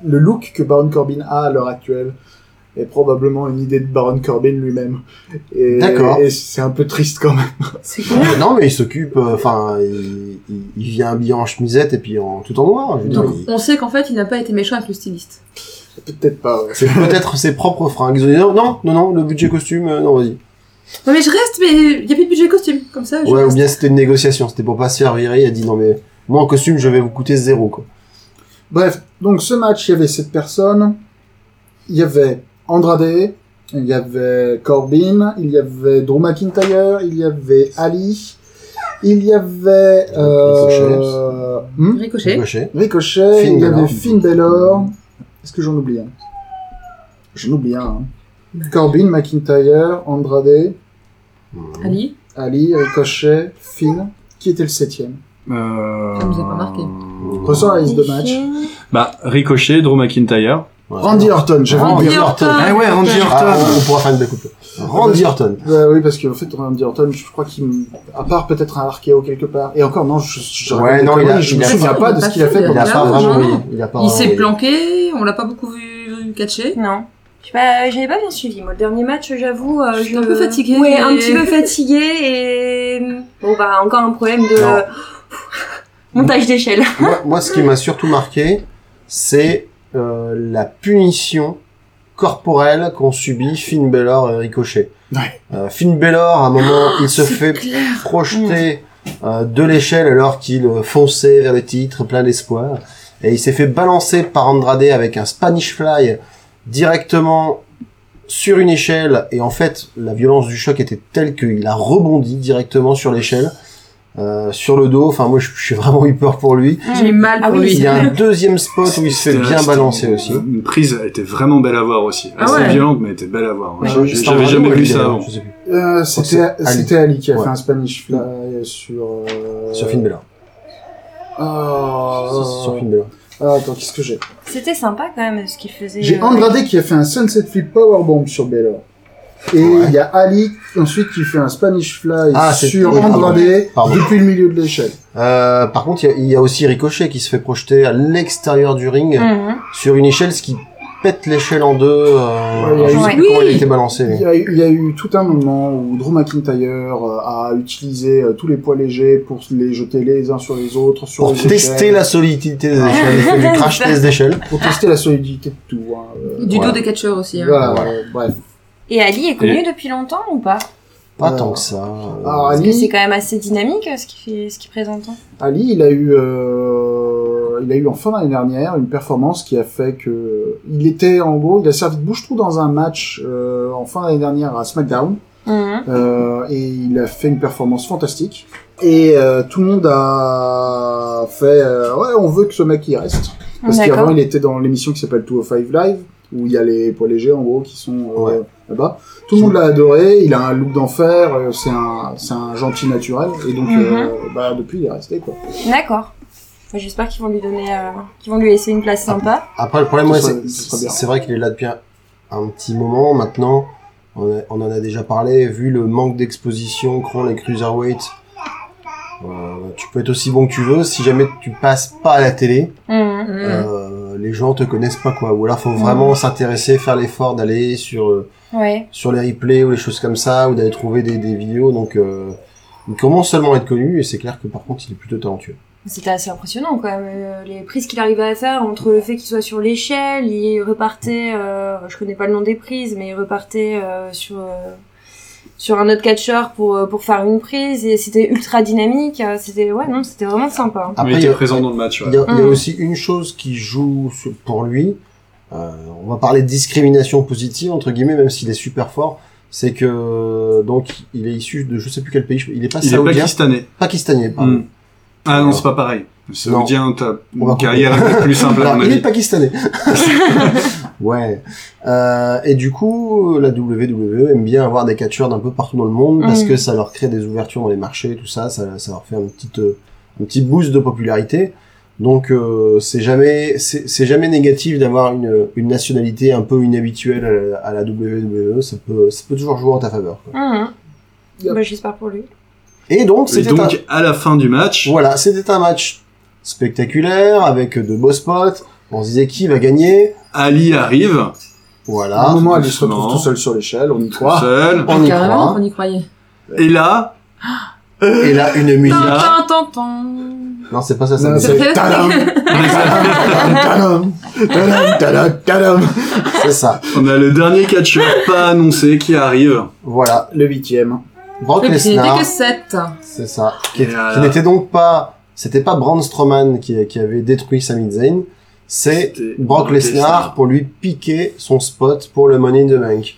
[SPEAKER 3] le look que Baron Corbin a à l'heure actuelle est probablement une idée de Baron Corbin lui-même. Et-
[SPEAKER 6] D'accord.
[SPEAKER 3] Et c'est un peu triste quand même.
[SPEAKER 2] C'est cool.
[SPEAKER 6] Non, mais il s'occupe, euh, enfin, il, il, il vient habillé en chemisette et puis en tout en noir. Je veux dire,
[SPEAKER 2] Donc,
[SPEAKER 6] il-
[SPEAKER 2] on sait qu'en fait, il n'a pas été méchant avec le styliste.
[SPEAKER 3] Peut-être pas. ouais.
[SPEAKER 6] c'est peut-être ses propres fringues. Ils ont dit, non, non, non, non, le budget costume, euh, non, vas-y.
[SPEAKER 2] Non, mais je reste, mais il n'y a plus de budget costume. Comme ça, je
[SPEAKER 6] Ouais, ou
[SPEAKER 2] reste.
[SPEAKER 6] bien c'était une négociation, c'était pour pas se faire virer. Il a dit, non, mais moi en costume, je vais vous coûter zéro, quoi.
[SPEAKER 3] Bref, donc ce match, il y avait cette personne, il y avait Andrade, il y avait Corbin, il y avait Drew McIntyre, il y avait Ali, il y avait euh, hmm?
[SPEAKER 2] Ricochet.
[SPEAKER 6] Gaucher.
[SPEAKER 3] Ricochet,
[SPEAKER 6] Finn
[SPEAKER 3] il y
[SPEAKER 6] Balor.
[SPEAKER 3] avait Finn Balor. Est-ce que j'en oublie un J'en oublie un. hein. Corbin, McIntyre, Andrade,
[SPEAKER 2] Ali.
[SPEAKER 3] Ali, Ricochet, Finn. Qui était le septième
[SPEAKER 4] Euh...
[SPEAKER 2] Ça nous a pas marqué.
[SPEAKER 3] Ressort la liste de match.
[SPEAKER 4] Bah, Ricochet, Drew McIntyre.
[SPEAKER 6] Ouais.
[SPEAKER 3] Randy Orton, j'avais
[SPEAKER 6] Randy
[SPEAKER 3] oublié.
[SPEAKER 4] Ah ouais, Randy
[SPEAKER 6] Ah, on, on pourra faire une découpe. Randy Orton.
[SPEAKER 3] Bah oui, parce qu'en fait, Randy Orton, je crois qu'il, me- à part peut-être un archéo quelque part, et encore, non, je, je, je,
[SPEAKER 6] Ouais,
[SPEAKER 3] raconte des
[SPEAKER 6] non, il a-
[SPEAKER 3] conneries, je
[SPEAKER 6] il
[SPEAKER 3] me
[SPEAKER 6] a-
[SPEAKER 3] souviens pas de ce qu'il a fait
[SPEAKER 2] Il
[SPEAKER 6] Il a
[SPEAKER 3] pendant
[SPEAKER 2] Ah,
[SPEAKER 6] pas
[SPEAKER 2] non,
[SPEAKER 6] vraiment
[SPEAKER 2] non.
[SPEAKER 6] brillé. Il a pas
[SPEAKER 2] Il s'est
[SPEAKER 6] vraiment brillé.
[SPEAKER 2] planqué, on l'a pas beaucoup vu catcher.
[SPEAKER 8] Non.
[SPEAKER 5] Je sais
[SPEAKER 8] euh,
[SPEAKER 5] pas, j'avais pas bien suivi. Moi, le dernier match, j'avoue, euh,
[SPEAKER 2] Je
[SPEAKER 5] je
[SPEAKER 2] suis un peu fatiguée.
[SPEAKER 5] Ouais, un petit peu fatiguée et
[SPEAKER 8] mm,
[SPEAKER 5] bon bah encore un problème de
[SPEAKER 8] euh,
[SPEAKER 6] Non.
[SPEAKER 5] montage d'échelle.
[SPEAKER 6] moi, moi, ce qui m'a surtout marqué, c'est euh, la punition corporelle qu'ont subi Finn Balor et Ricochet.
[SPEAKER 3] Ouais.
[SPEAKER 6] Euh, Finn Balor, à un moment, il se fait projeter euh, de l'échelle alors qu'il euh, fonçait vers le titre, plein d'espoir. Et il s'est fait balancer par Andrade avec un Spanish Fly directement sur une échelle. Et en fait, la violence du choc était telle qu'il a rebondi directement sur l'échelle, euh, sur le dos. Enfin, moi, je- j'ai vraiment eu peur pour lui.
[SPEAKER 2] J'ai eu mal pour
[SPEAKER 5] Ah oui,
[SPEAKER 2] lui.
[SPEAKER 6] Il y a un deuxième spot où il se fait
[SPEAKER 4] C'était-
[SPEAKER 6] bien
[SPEAKER 4] c'était-
[SPEAKER 6] balancer aussi.
[SPEAKER 4] Une prise, elle était vraiment belle à voir aussi.
[SPEAKER 2] Ah
[SPEAKER 4] Assez
[SPEAKER 2] ouais.
[SPEAKER 4] violente, mais elle était belle à voir.
[SPEAKER 6] Ouais,
[SPEAKER 4] J'ai-
[SPEAKER 6] c'était
[SPEAKER 4] J'avais
[SPEAKER 6] en
[SPEAKER 4] jamais
[SPEAKER 6] radio, il
[SPEAKER 4] vu
[SPEAKER 6] y
[SPEAKER 4] ça
[SPEAKER 6] avait-
[SPEAKER 4] avant.
[SPEAKER 6] je sais plus.
[SPEAKER 3] Euh, c'était,
[SPEAKER 6] Ali.
[SPEAKER 3] c'était Ali qui a
[SPEAKER 6] Ouais. Mm.
[SPEAKER 3] fait un Spanish Fly sur, euh...
[SPEAKER 6] Sur Finn Balor. Sur- Sur
[SPEAKER 3] Oh.
[SPEAKER 6] Finn Balor.
[SPEAKER 3] Ah, attends, qu'est-ce que j'ai?
[SPEAKER 8] C'était sympa quand même ce qu'il faisait.
[SPEAKER 3] J'ai
[SPEAKER 8] euh,
[SPEAKER 3] Andrade qui a fait un Sunset Flip Powerbomb sur Baylor. Et il y a Ali, ensuite, qui fait un Spanish Fly
[SPEAKER 6] Ah, c'est-
[SPEAKER 3] sur
[SPEAKER 6] oui, pardon.
[SPEAKER 3] Andrade,
[SPEAKER 6] Pardon.
[SPEAKER 3] depuis le milieu de l'échelle.
[SPEAKER 6] Euh, par contre, il y a- il y, a aussi Ricochet qui se fait projeter à l'extérieur du ring
[SPEAKER 8] Mhm.
[SPEAKER 6] sur une échelle, ce qui pète l'échelle en deux. Euh,
[SPEAKER 3] Ouais,
[SPEAKER 6] je sais
[SPEAKER 8] ouais.
[SPEAKER 6] plus comment
[SPEAKER 2] Oui.
[SPEAKER 6] elle a été balancée.
[SPEAKER 3] Il y, a, eu- il y a eu tout un moment où Drew McIntyre euh, a utilisé euh, tous les poids légers pour les jeter les uns sur les autres, sur
[SPEAKER 6] Pour
[SPEAKER 3] les
[SPEAKER 6] tester
[SPEAKER 3] échelles,
[SPEAKER 6] la solidité des échelles, il fait du crash test d'échelle.
[SPEAKER 3] pour tester la solidité de tout. hein, euh,
[SPEAKER 2] Du
[SPEAKER 6] Voilà.
[SPEAKER 2] dos des catcheurs aussi. hein.
[SPEAKER 3] voilà, euh, bref.
[SPEAKER 8] Et Ali est connu depuis longtemps ou pas
[SPEAKER 6] Pas
[SPEAKER 3] Euh,
[SPEAKER 6] tant que ça.
[SPEAKER 3] Alors
[SPEAKER 8] Parce que c'est
[SPEAKER 3] Ali,
[SPEAKER 8] quand même assez dynamique euh, ce qu'il fait, ce qu'il présente. hein.
[SPEAKER 3] Ali, il a eu, euh, il a eu en fin d'année dernière une performance qui a fait que il était en gros, il a servi de bouche-trou dans un match euh, en fin d'année dernière à SmackDown.
[SPEAKER 8] Mhm.
[SPEAKER 3] Euh, et il a fait une performance fantastique. Et euh, tout le monde a fait euh, ouais, on veut que ce mec il reste. Parce qu'avant
[SPEAKER 8] D'accord.
[SPEAKER 3] il était dans l'émission qui s'appelle 205 Live où il y a les poids légers en gros qui sont euh,
[SPEAKER 6] Ouais.
[SPEAKER 3] là-bas. Tout le monde l'a adoré. Il a un look d'enfer. euh, C'est un c'est un gentil naturel. Et donc euh,
[SPEAKER 6] Mhm.
[SPEAKER 3] bah depuis il est resté quoi.
[SPEAKER 8] D'accord. Bah, J'espère qu'ils vont lui donner, euh, qu'ils vont lui laisser une place sympa.
[SPEAKER 6] Après, le problème,
[SPEAKER 3] Ce
[SPEAKER 6] ouais,
[SPEAKER 3] serait-
[SPEAKER 6] c'est-
[SPEAKER 3] ce serait
[SPEAKER 6] c'est
[SPEAKER 3] bien.
[SPEAKER 6] c'est vrai qu'il est là depuis un, un petit moment. Maintenant, on, a- on en a déjà parlé. Vu le manque d'exposition qu'ont les cruiserweights, euh, tu peux être aussi bon que tu veux. Si jamais tu passes pas à la télé,
[SPEAKER 8] Mhm.
[SPEAKER 2] Mhm.
[SPEAKER 6] euh, les gens te connaissent pas quoi. Ou alors faut vraiment s'intéresser, faire l'effort d'aller sur euh,
[SPEAKER 8] Ouais.
[SPEAKER 6] sur les replays ou les choses comme ça, ou d'aller trouver des, des vidéos. Donc euh, il commence seulement à être connu et c'est clair que par contre il est plutôt talentueux.
[SPEAKER 8] C'était assez impressionnant quand même, euh, les prises qu'il arrivait à faire entre le fait qu'il soit sur l'échelle, il repartait, euh, je connais pas le nom des prises, mais il repartait euh, sur euh, sur un autre catcheur pour euh, pour faire une prise et c'était ultra dynamique, euh, c'était ouais non c'était vraiment sympa.
[SPEAKER 4] il
[SPEAKER 6] il y
[SPEAKER 4] était
[SPEAKER 6] a-
[SPEAKER 4] présent dans le match.
[SPEAKER 6] Il
[SPEAKER 4] Ouais.
[SPEAKER 6] y, a, il y a
[SPEAKER 8] Mm.
[SPEAKER 6] aussi une chose qui joue sur- pour lui. euh, on va parler de discrimination positive entre guillemets, même s'il est super fort. C'est que donc il est issu de je sais plus quel pays. je- Il est pas
[SPEAKER 4] Il est
[SPEAKER 6] saoudien,
[SPEAKER 4] pakistanais.
[SPEAKER 6] pakistanais. Pardon.
[SPEAKER 4] Mm. Ah non, c'est pas pareil. Le Saoudien, t'as
[SPEAKER 6] On va
[SPEAKER 4] une carrière plus simple à
[SPEAKER 6] Alors,
[SPEAKER 4] mon
[SPEAKER 6] il est
[SPEAKER 4] avis.
[SPEAKER 6] pakistanais. ouais. Euh, et du coup, la WWE aime bien avoir des catcheurs d'un peu partout dans le monde parce
[SPEAKER 8] Mm.
[SPEAKER 6] que ça leur crée des ouvertures dans les marchés, tout ça, ça, ça leur fait un petit, euh, un petit boost de popularité. Donc euh, c'est jamais c'est c'est jamais négatif d'avoir une, une nationalité un peu inhabituelle à la- à la, WWE, ça peut ça peut toujours jouer en ta faveur. quoi.
[SPEAKER 8] Mhm.
[SPEAKER 2] Yep.
[SPEAKER 8] Bah, J'espère pour lui.
[SPEAKER 6] Et donc
[SPEAKER 4] Et
[SPEAKER 6] c'était un-
[SPEAKER 4] donc, à la fin du match,
[SPEAKER 6] voilà, c'était un match spectaculaire avec de beaux spots. On se disait qui va gagner.
[SPEAKER 4] Ali arrive,
[SPEAKER 6] Voilà.
[SPEAKER 3] À un moment, elle se retrouve
[SPEAKER 4] doucement.
[SPEAKER 3] tout seul sur l'échelle, on y
[SPEAKER 4] tout
[SPEAKER 3] croit.
[SPEAKER 4] seul.
[SPEAKER 6] On y
[SPEAKER 2] Carrément,
[SPEAKER 6] croit.
[SPEAKER 2] on y croyait.
[SPEAKER 4] Et là,
[SPEAKER 6] Et là, une musique.
[SPEAKER 4] Là.
[SPEAKER 2] Tintin, tintin.
[SPEAKER 6] Non, c'est pas ça,
[SPEAKER 3] Non,
[SPEAKER 6] ça.
[SPEAKER 3] c'est tadam, tadam, tadam, tadam, tadam.
[SPEAKER 6] C'est ça.
[SPEAKER 4] on a le dernier catcheur pas annoncé qui arrive.
[SPEAKER 6] Voilà.
[SPEAKER 3] Le huitième.
[SPEAKER 6] Brock
[SPEAKER 2] Et puis, il n'était
[SPEAKER 6] Lesnar.
[SPEAKER 2] que 7.
[SPEAKER 6] C'est ça. Qui, est-
[SPEAKER 4] Et voilà.
[SPEAKER 6] qui n'était donc pas, c'était pas Braun Strowman qui, qui avait détruit Sami Zayn. C'est
[SPEAKER 4] C'était
[SPEAKER 6] Brock Lesnar pour lui piquer son spot pour le Money in the Bank.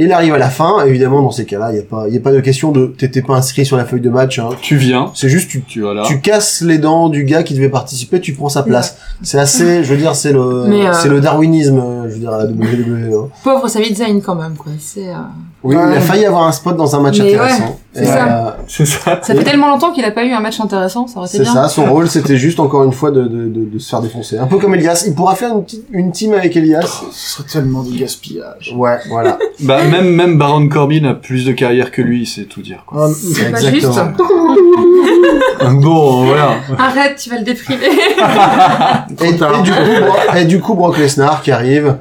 [SPEAKER 6] Il arrive à la fin. Évidemment, dans ces cas-là, il n'y a pas, il y a pas de question de, t'étais pas inscrit sur la feuille de match, hein.
[SPEAKER 4] Tu viens,
[SPEAKER 6] C'est juste, tu,
[SPEAKER 4] tu vas là.
[SPEAKER 6] tu casses les dents du gars qui devait participer, tu prends sa place. C'est assez, je veux dire, c'est le,
[SPEAKER 2] Mais, euh,
[SPEAKER 6] c'est le darwinisme, euh, je veux dire, à la WWE. hein.
[SPEAKER 2] Pauvre Sami Zayn quand même, quoi. C'est, euh,
[SPEAKER 6] Oui, il a
[SPEAKER 3] Ouais.
[SPEAKER 6] failli avoir un spot dans un match
[SPEAKER 2] Mais
[SPEAKER 6] intéressant.
[SPEAKER 2] c'est
[SPEAKER 6] Et,
[SPEAKER 2] ça.
[SPEAKER 6] euh,
[SPEAKER 4] C'est ça.
[SPEAKER 2] Ça fait tellement longtemps qu'il a pas eu un match intéressant, ça aurait été
[SPEAKER 6] c'est
[SPEAKER 2] bien.
[SPEAKER 6] ça, son rôle c'était juste encore une fois de, de, de, de se faire défoncer. Un peu comme Elias, il pourra faire une, petite- une team avec Elias.
[SPEAKER 3] Ce serait tellement du gaspillage.
[SPEAKER 6] Ouais, voilà.
[SPEAKER 4] Bah, même, même Baron Corbin a plus de carrière que lui, c'est tout dire, quoi.
[SPEAKER 3] Oh,
[SPEAKER 2] C'est pas juste.
[SPEAKER 4] Bon, voilà.
[SPEAKER 2] Arrête, tu vas le déprimer.
[SPEAKER 6] Et, et du coup, Bro- et du coup, Brock Lesnar qui arrive,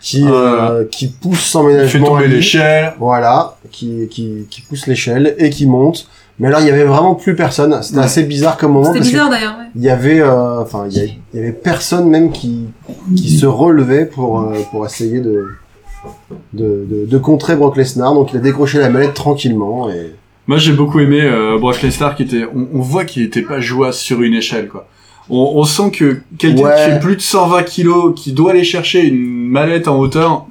[SPEAKER 6] qui, euh, qui pousse sans
[SPEAKER 4] Il fait
[SPEAKER 6] ménagement.
[SPEAKER 4] tomber
[SPEAKER 6] Ali.
[SPEAKER 4] l'échelle.
[SPEAKER 6] Voilà, qui, qui, qui pousse l'échelle et qui monte. Mais alors, il y avait vraiment plus personne. C'était
[SPEAKER 4] Ouais.
[SPEAKER 6] assez bizarre comme moment.
[SPEAKER 2] C'était
[SPEAKER 6] parce que
[SPEAKER 2] bizarre d'ailleurs, ouais.
[SPEAKER 6] Il y avait, euh, enfin, il y avait- il y avait personne même qui, qui se relevait pour, euh, pour essayer de, de, de, de contrer Brock Lesnar. Donc il a décroché la mallette tranquillement et
[SPEAKER 4] Moi, j'ai beaucoup aimé euh, Brock Lesnar qui était, on, on voit qu'il était pas jouasse sur une échelle, quoi. On, on sent que quelqu'un
[SPEAKER 6] Ouais.
[SPEAKER 4] qui fait plus de 120 kilos, qui doit aller chercher une mallette en hauteur,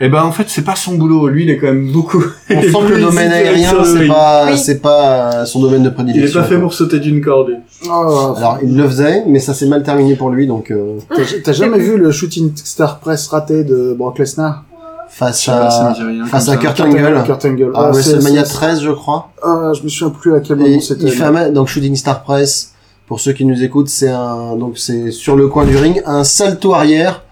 [SPEAKER 4] eh ben, en fait, c'est pas son boulot. Lui, il est quand même beaucoup.
[SPEAKER 6] on
[SPEAKER 4] il est
[SPEAKER 6] sent que le
[SPEAKER 4] plus
[SPEAKER 6] domaine
[SPEAKER 4] hésité avec
[SPEAKER 6] aérien
[SPEAKER 4] ça,
[SPEAKER 6] c'est
[SPEAKER 4] oui.
[SPEAKER 6] pas
[SPEAKER 8] Oui.
[SPEAKER 6] c'est pas euh, son domaine de
[SPEAKER 4] Il est
[SPEAKER 6] prédilection.
[SPEAKER 4] pas fait
[SPEAKER 6] quoi.
[SPEAKER 4] pour sauter d'une corde.
[SPEAKER 3] oh,
[SPEAKER 6] Alors il le faisait, mais ça s'est mal terminé pour lui donc euh,
[SPEAKER 3] T'as t'as jamais vu le shooting star press raté de Brock Lesnar
[SPEAKER 6] face
[SPEAKER 4] Je sais pas, ça
[SPEAKER 6] à
[SPEAKER 4] me dit rien
[SPEAKER 6] Ah, face
[SPEAKER 4] comme
[SPEAKER 6] à
[SPEAKER 4] ça.
[SPEAKER 6] Kurt Angle.
[SPEAKER 3] Kurt Angle.
[SPEAKER 6] Ah,
[SPEAKER 3] c'est-
[SPEAKER 6] WrestleMania
[SPEAKER 3] c'est-
[SPEAKER 6] 13 je crois.
[SPEAKER 3] Ah, je me souviens plus à quel
[SPEAKER 6] Et
[SPEAKER 3] moment
[SPEAKER 6] il
[SPEAKER 3] c'était.
[SPEAKER 6] fait un ma- donc Shooting Star Press. Pour ceux qui nous écoutent, c'est un donc c'est sur le coin du ring, un salto arrière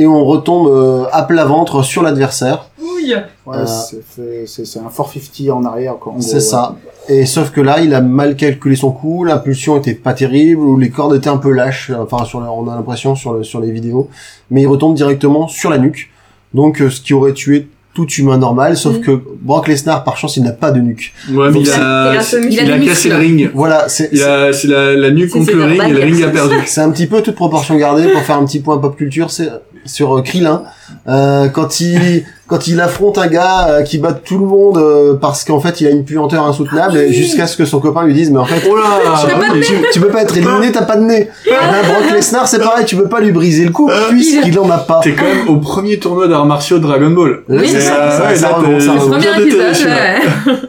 [SPEAKER 6] et on retombe euh, à plat ventre sur l'adversaire.
[SPEAKER 3] Ouais,
[SPEAKER 6] Euh,
[SPEAKER 3] c'est fait- c'est c'est un 450 en arrière, quoi. en
[SPEAKER 6] C'est
[SPEAKER 3] gros,
[SPEAKER 6] ça. Et sauf que là, il a mal calculé son coup, l'impulsion était pas terrible ou les cordes étaient un peu lâches. Enfin, sur le- on a l'impression sur le- sur les vidéos, mais il retombe directement sur la nuque. Donc, euh, ce qui aurait tué tout humain normal, sauf
[SPEAKER 2] Mm.
[SPEAKER 6] que Brock Lesnar, par chance, il n'a pas de nuque.
[SPEAKER 4] Ouais, mais
[SPEAKER 6] Donc,
[SPEAKER 4] il
[SPEAKER 7] il
[SPEAKER 4] a,
[SPEAKER 7] a semi-
[SPEAKER 4] il
[SPEAKER 2] il a
[SPEAKER 4] a
[SPEAKER 2] des
[SPEAKER 4] cassé le
[SPEAKER 2] muscles.
[SPEAKER 4] ring.
[SPEAKER 6] Voilà, c'est
[SPEAKER 4] Il a, c'est la, la nuque
[SPEAKER 7] C'est
[SPEAKER 4] contre le ring et le
[SPEAKER 7] Silverback.
[SPEAKER 4] ring a perdu.
[SPEAKER 6] C'est un petit peu toute proportion gardée pour faire un petit point pop culture c'est sur euh, Krillin. Euh, quand il quand il affronte un gars euh, qui bat tout le monde euh, parce qu'en fait il a une puanteur insoutenable et jusqu'à ce que son copain lui dise mais en fait
[SPEAKER 4] Oh là!
[SPEAKER 6] Ah tu, tu peux pas être éliminé t'as pas de nez. Eh ben, Brock Lesnar c'est pareil tu peux pas lui briser le cou puisqu'il en a pas.
[SPEAKER 4] T'es quand même au premier tournoi d'arts martiaux Dragon Ball.
[SPEAKER 6] Oui,
[SPEAKER 4] Et,
[SPEAKER 6] c'est ça,
[SPEAKER 4] euh,
[SPEAKER 6] ça,
[SPEAKER 4] ouais,
[SPEAKER 6] ça
[SPEAKER 4] là,
[SPEAKER 6] remonte,
[SPEAKER 4] t'es-
[SPEAKER 6] ça
[SPEAKER 4] t'es
[SPEAKER 6] remonte.
[SPEAKER 4] bien
[SPEAKER 2] Premier
[SPEAKER 4] déterré,
[SPEAKER 2] épisode,
[SPEAKER 4] celui-là.
[SPEAKER 2] ouais.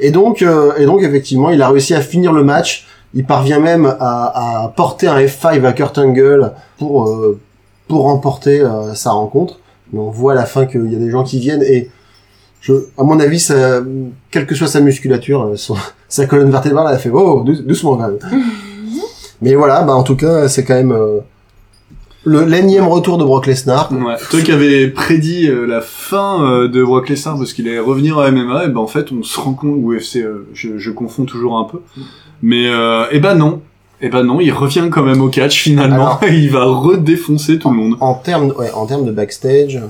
[SPEAKER 6] Et donc euh, et donc effectivement il a réussi à finir le match. Il parvient même à, à porter un F5 à Kurt Angle pour euh, pour remporter euh, sa rencontre. Mais on voit à la fin qu'il y a des gens qui viennent et je, à mon avis, ça, quelle que soit sa musculature, euh, son- sa colonne vertébrale, elle a fait oh dou- doucement quand même. Mais voilà, bah en tout cas, c'est quand même euh, le l'énième retour de Brock Lesnar.
[SPEAKER 4] Ouais. Toi qui avais prédit euh, la fin euh, de Brock Lesnar parce qu'il allait revenir à MMA, et ben en fait on se rend compte, ou UFC, euh, je, je confonds toujours un peu, mais euh, et ben non. Et ben non, il revient quand même au catch finalement
[SPEAKER 6] Alors-
[SPEAKER 4] et il va redéfoncer tout le monde.
[SPEAKER 6] En termes, ouais, en termes de backstage,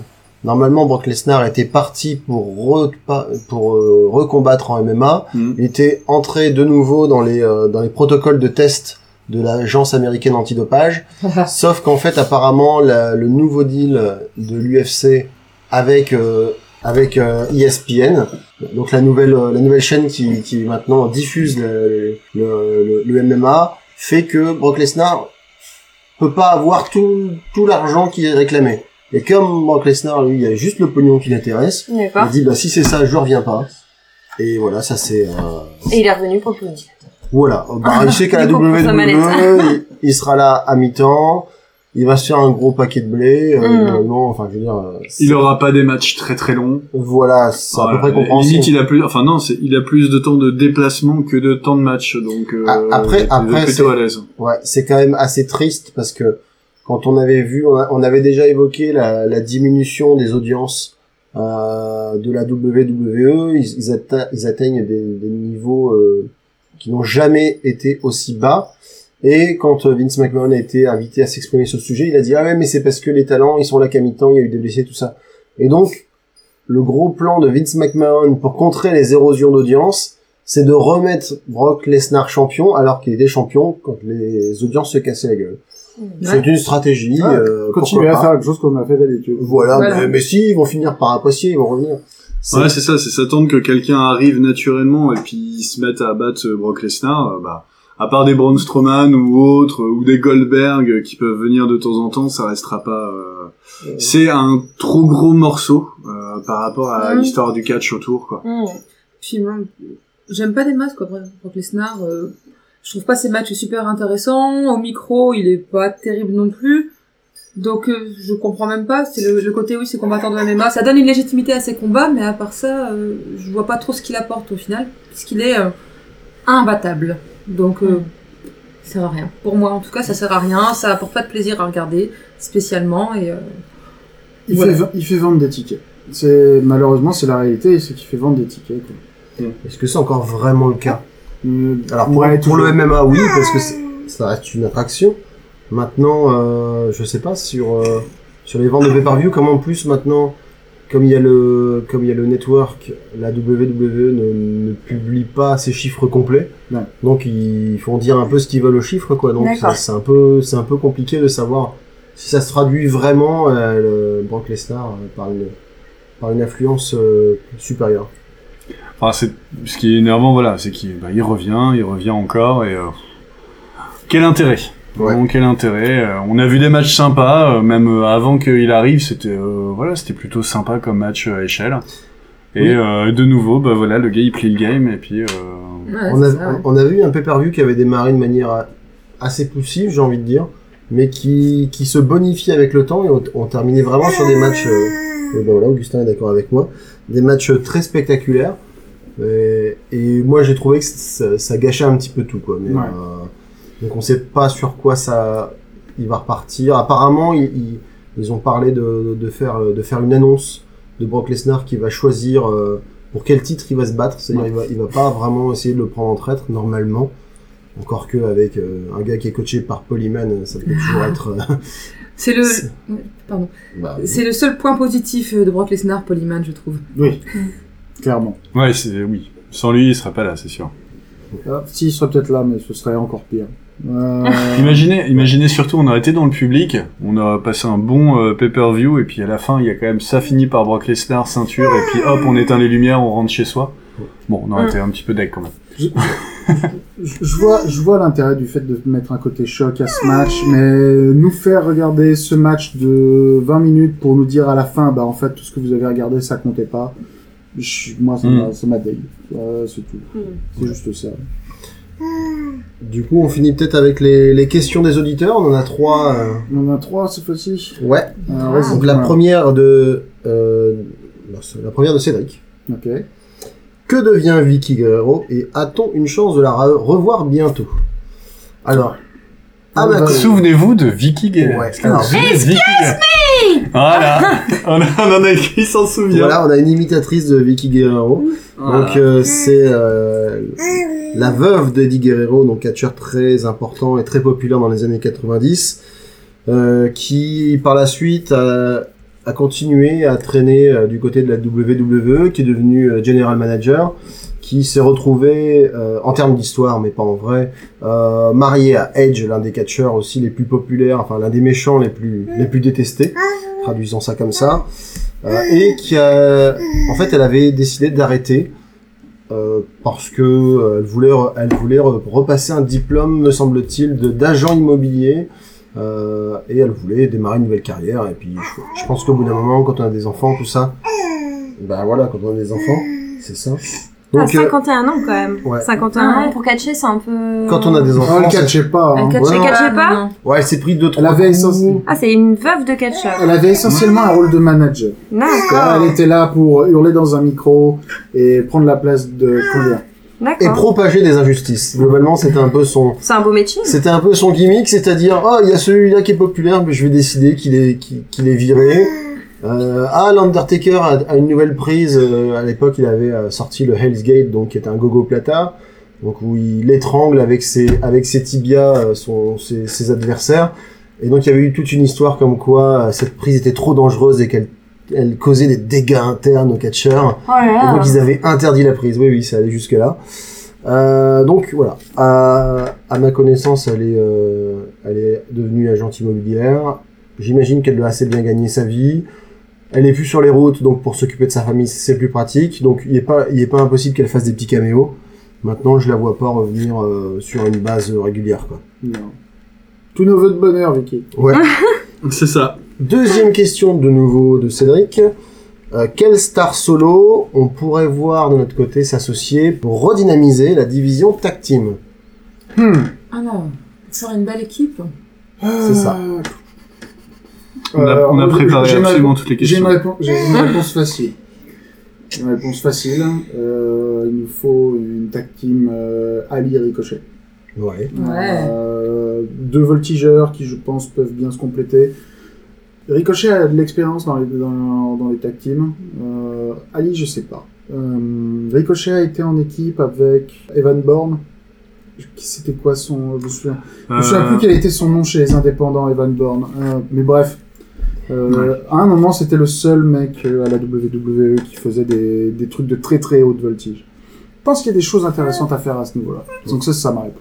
[SPEAKER 6] normalement Brock Lesnar était parti pour repa- pour euh, recombattre en MMA.
[SPEAKER 4] Mm.
[SPEAKER 6] Il était entré de nouveau dans les euh, dans les protocoles de test de l'agence américaine antidopage. Sauf qu'en fait, apparemment, la- le nouveau deal de l'UFC avec euh, avec euh, ESPN, donc la nouvelle euh, la nouvelle chaîne qui, qui maintenant diffuse le, le, le, le MMA, fait que Brock Lesnar peut pas avoir tout tout l'argent qu'il est réclamé. Et comme Brock Lesnar, lui, il y a juste le pognon qui l'intéresse, il
[SPEAKER 8] D'accord.
[SPEAKER 6] dit bah si c'est ça, je reviens pas. Et voilà, ça c'est euh,
[SPEAKER 8] Et il est revenu pour le dire.
[SPEAKER 6] voilà, Euh, bah, il sait qu'à la
[SPEAKER 8] Ah, Du coup, pour sa mallette.
[SPEAKER 6] WWE, il, il sera là à mi-temps, il va se faire un gros paquet de blé, euh,
[SPEAKER 8] Mm.
[SPEAKER 6] normalement, enfin, je veux dire, euh,
[SPEAKER 4] Il aura pas des matchs très très longs.
[SPEAKER 6] voilà, c'est à
[SPEAKER 4] Voilà.
[SPEAKER 6] peu près
[SPEAKER 4] Limite,
[SPEAKER 6] compréhensible.
[SPEAKER 4] il a plus, enfin non, c'est- il a plus de temps de déplacement que de temps de match, donc euh,
[SPEAKER 6] Ah, après-
[SPEAKER 4] il est
[SPEAKER 6] après,
[SPEAKER 4] plutôt
[SPEAKER 6] c'est-
[SPEAKER 4] à l'aise.
[SPEAKER 6] Ouais, c'est quand même assez triste parce que quand on avait vu, on, a- on avait déjà évoqué la, la diminution des audiences euh, de la WWE, ils, ils, atte- ils atteignent des, des niveaux euh, qui n'ont jamais été aussi bas. Et quand euh, Vince McMahon a été invité à s'exprimer sur ce sujet, il a dit ah ouais mais c'est parce que les talents ils sont là qu'à mi-temps, il y a eu des blessés tout ça. Et donc le gros plan de Vince McMahon pour contrer les érosions d'audience, c'est de remettre Brock Lesnar champion alors qu'il était champion quand les audiences se cassaient la gueule. C'est une stratégie.
[SPEAKER 3] Ouais,
[SPEAKER 6] euh,
[SPEAKER 3] Continuer
[SPEAKER 6] pourquoi
[SPEAKER 3] à
[SPEAKER 6] pas.
[SPEAKER 3] faire quelque chose qu'on a fait d'habitude.
[SPEAKER 6] Voilà,
[SPEAKER 2] Voilà.
[SPEAKER 6] Mais, mais si ils vont finir par apprécier, ils vont revenir. C'est-
[SPEAKER 4] Ouais, c'est ça, c'est s'attendre que quelqu'un arrive naturellement et puis ils se mettent à battre euh, Brock Lesnar, euh, bah, à part des Braun Strowman ou autres, euh, ou des Goldberg euh, qui peuvent venir de temps en temps, ça restera pas... euh, C'est un trop gros morceau euh, par rapport à
[SPEAKER 2] Ouais.
[SPEAKER 4] l'histoire du catch autour, quoi.
[SPEAKER 8] Hum.
[SPEAKER 2] Puis moi, hein. j'aime pas les matchs, quoi. Bref, Brock Lesnar, euh, je trouve pas ses matchs super intéressants. Au micro, il est pas terrible non plus. Donc, euh, je comprends même pas. C'est le, le côté, oui, c'est combattant de MMA. Ça donne une légitimité à ses combats, mais à part ça, euh, je vois pas trop ce qu'il apporte au final, puisqu'il est euh, imbattable. Donc, euh, ça sert à rien. Pour moi, en tout cas, ça sert à rien. Ça apporte pas de plaisir à regarder, spécialement. Et, euh,
[SPEAKER 3] Il,
[SPEAKER 2] voilà.
[SPEAKER 3] fait, il fait vendre des tickets. C'est malheureusement c'est la réalité, c'est qu'il fait vendre des tickets. Quoi.
[SPEAKER 6] Est-ce que c'est encore vraiment le cas
[SPEAKER 3] Euh,
[SPEAKER 6] Alors pour,
[SPEAKER 3] ouais,
[SPEAKER 6] pour le
[SPEAKER 3] toujours.
[SPEAKER 6] MMA, oui, parce que c'est- ça reste une attraction. Maintenant, euh, je sais pas sur euh, sur les ventes de pay-per-view, comment en plus maintenant, comme il y a le comme il y a le network, la WWE ne, ne publie pas ses chiffres complets.
[SPEAKER 3] Ouais.
[SPEAKER 6] Donc ils font dire un peu ce qu'ils veulent aux chiffres, quoi. Donc
[SPEAKER 8] D'accord.
[SPEAKER 6] c'est- c'est un peu c'est un peu compliqué de savoir si ça se traduit vraiment euh, le Brock Lesnar euh, par une par une influence euh, supérieure.
[SPEAKER 4] Enfin, Ah, c'est ce qui est énervant, voilà, c'est qu'il bah, il revient, il revient encore et euh, quel intérêt.
[SPEAKER 6] Ouais.
[SPEAKER 4] Vraiment, quel intérêt. euh, on a vu des matchs sympas, euh, même euh, avant qu'il arrive, c'était euh, voilà, c'était plutôt sympa comme match euh, à échelle. Et
[SPEAKER 6] Oui.
[SPEAKER 4] euh, de nouveau, bah voilà, le gars il plie le game et puis euh,
[SPEAKER 2] ouais,
[SPEAKER 6] on, a,
[SPEAKER 2] c'est ça, ouais.
[SPEAKER 6] on a vu un pay-per-view qui avait démarré de manière a- assez poussive, j'ai envie de dire, mais qui, qui se bonifie avec le temps et on, on terminait vraiment sur des matchs. euh, et ben voilà, Augustin est d'accord avec moi. Des matchs très spectaculaires. Et, et moi, j'ai trouvé que ça, ça gâchait un petit peu tout, quoi. Mais,
[SPEAKER 3] Ouais.
[SPEAKER 6] euh, donc, on sait pas sur quoi ça, il va repartir. Apparemment, ils, ils- ils ont parlé de, de faire, euh, de faire une annonce de Brock Lesnar qui va choisir euh, pour quel titre il va se battre. C'est-à-dire, il, va, il va pas vraiment essayer de le prendre en traître, normalement. Encore que avec euh, un gars qui est coaché par Polyman, ça peut toujours être. euh,
[SPEAKER 2] C'est le,
[SPEAKER 6] C'est- bah,
[SPEAKER 2] c'est le seul point positif euh, de Brock Lesnar, Polyman, je trouve.
[SPEAKER 3] Oui, clairement.
[SPEAKER 4] ouais, c'est oui. Sans lui, il serait pas là, c'est sûr.
[SPEAKER 3] Ah, si, il serait peut-être là, mais ce serait encore pire. Euh,
[SPEAKER 4] Imaginez, imaginez surtout, on aurait été dans le public, on a passé un bon euh, pay-per-view et puis à la fin, il y a quand même ça finit par Brock Lesnar ceinture et puis hop, on éteint les lumières, on rentre chez soi. Bon, on aurait
[SPEAKER 8] Mm.
[SPEAKER 4] été un petit peu deck quand même.
[SPEAKER 3] je je vois, je vois l'intérêt du fait de mettre un côté choc à ce match, mais nous faire regarder ce match de 20 minutes pour nous dire à la fin, bah en fait tout ce que vous avez regardé ça comptait pas. Je- moi ça
[SPEAKER 4] Mm.
[SPEAKER 3] m'a- ça m'a dégue. Euh, c'est tout. C'est juste ça.
[SPEAKER 6] du coup, on finit peut-être avec les, les questions des auditeurs. On en a trois. euh,
[SPEAKER 3] On en a trois cette fois-ci.
[SPEAKER 6] Ouais.
[SPEAKER 3] Ah, ouais,
[SPEAKER 6] Donc
[SPEAKER 3] c'est
[SPEAKER 6] la
[SPEAKER 3] pas mal.
[SPEAKER 6] première de euh, non, c'est la première de Cédric.
[SPEAKER 3] Ok.
[SPEAKER 6] Que devient Vicky Guerrero et a-t-on une chance de la re- revoir bientôt Alors, à ma
[SPEAKER 4] bah,
[SPEAKER 3] Ouais.
[SPEAKER 6] connaissance-
[SPEAKER 4] Souvenez-vous de Vicky Guerrero.
[SPEAKER 6] Ouais, alors-
[SPEAKER 4] Excuse me Voilà, on, a, on en a qui s'en souvient.
[SPEAKER 6] voilà, on a une imitatrice de Vicky Guerrero.
[SPEAKER 4] Voilà.
[SPEAKER 6] Donc euh, c'est euh, la veuve d'Eddie Guerrero, donc catcheur très important et très populaire dans les années 90, euh, qui par la suite a, a continué à traîner euh, du côté de la WWE, qui est devenu euh, general manager, qui s'est retrouvé euh, en termes d'histoire, mais pas en vrai, euh, marié à Edge, l'un des catcheurs aussi les plus populaires, enfin l'un des méchants les plus les plus détestés, traduisons ça comme ça, euh, et qui a, en fait, elle avait décidé d'arrêter euh, parce que euh, elle voulait re- elle voulait re- repasser un diplôme me semble-t-il de- d'agent immobilier euh, et elle voulait démarrer une nouvelle carrière et puis je, je pense qu'au bout d'un moment quand on a des enfants tout ça ben voilà quand on a des enfants c'est ça
[SPEAKER 8] Ah,
[SPEAKER 6] donc euh,
[SPEAKER 8] 51 ans quand même.
[SPEAKER 6] ouais.
[SPEAKER 8] 51
[SPEAKER 2] Ah, Ouais.
[SPEAKER 8] ans pour catcher, c'est un peu.
[SPEAKER 6] quand on a des
[SPEAKER 3] On
[SPEAKER 6] enfants
[SPEAKER 3] le
[SPEAKER 6] ça-
[SPEAKER 3] catchait pas. hein.
[SPEAKER 8] Elle catchait,
[SPEAKER 6] Ouais, non.
[SPEAKER 8] catchait pas
[SPEAKER 2] Ah non.
[SPEAKER 6] ouais elle s'est pris deux
[SPEAKER 3] Elle
[SPEAKER 6] trois
[SPEAKER 3] avait,
[SPEAKER 6] coups.
[SPEAKER 3] essen-
[SPEAKER 8] Ah, c'est une veuve de catcheur.
[SPEAKER 3] elle avait essentiellement un rôle de manager.
[SPEAKER 8] D'accord.
[SPEAKER 3] Elle était là pour hurler dans un micro et prendre la place de combien
[SPEAKER 6] et
[SPEAKER 8] D'accord.
[SPEAKER 6] propager des injustices globalement c'était un peu son
[SPEAKER 8] C'est un beau métier.
[SPEAKER 6] C'était un peu son gimmick, c'est-à-dire, oh, il y a celui-là qui est populaire, mais je vais décider qu'il est, qu'il qu'il est viré. Euh, ah, l'Undertaker a, a une nouvelle prise. euh, à l'époque, il avait euh, sorti le Hell's Gate, donc qui était un gogo plata, donc où il étrangle avec ses, avec ses tibias euh, son, ses, ses adversaires. Et donc, il y avait eu toute une histoire comme quoi euh, cette prise était trop dangereuse et qu'elle elle causait des dégâts internes au catcheur.
[SPEAKER 8] Oh là
[SPEAKER 6] Et
[SPEAKER 8] là.
[SPEAKER 6] donc ils avaient interdit la prise. Oui, oui, ça allait jusque là. Euh, donc voilà. À, à ma connaissance, elle est, euh, elle est devenue agente immobilière. J'imagine qu'elle doit assez bien gagner sa vie. Elle est plus sur les routes, donc pour s'occuper de sa famille, c'est plus pratique. Donc il n'est pas, il est pas impossible qu'elle fasse des petits caméos. Maintenant, je la vois pas revenir euh, sur une base euh, régulière. Quoi.
[SPEAKER 3] Non. Tous nos voeux de bonheur, Vicky.
[SPEAKER 6] Ouais.
[SPEAKER 4] C'est ça.
[SPEAKER 6] Deuxième question de nouveau de Cédric. Euh, quelle star solo on pourrait voir de notre côté s'associer pour redynamiser la division tag team
[SPEAKER 2] Ah non, pour faire une belle équipe.
[SPEAKER 6] C'est ça.
[SPEAKER 4] On a,
[SPEAKER 3] Euh,
[SPEAKER 4] on a préparé
[SPEAKER 3] j'ai ma-
[SPEAKER 4] absolument toutes les
[SPEAKER 3] J'ai une,
[SPEAKER 4] questions.
[SPEAKER 3] réponse- j'ai une réponse facile. Une réponse facile. Euh, il nous faut une tag team euh, Ali et Ricochet.
[SPEAKER 6] Ouais.
[SPEAKER 2] Ouais.
[SPEAKER 3] Euh, deux voltigeurs qui, je pense, peuvent bien se compléter. Ricochet a de l'expérience dans les, dans, dans les tag teams. Euh, Ali, je sais pas. Euh, Ricochet a été en équipe avec Evan Bourne. Je- qui- C'était quoi son. Je me souviens, je me souviens
[SPEAKER 4] Euh,
[SPEAKER 3] plus quel était son nom chez les indépendants, Evan Bourne. Euh, mais bref. Euh, À un moment, c'était le seul mec euh, à la WWE qui faisait des, des trucs de très très haute voltige. Je pense qu'il y a des choses intéressantes à faire à ce niveau-là. Donc, ça, c'est ça ma réponse.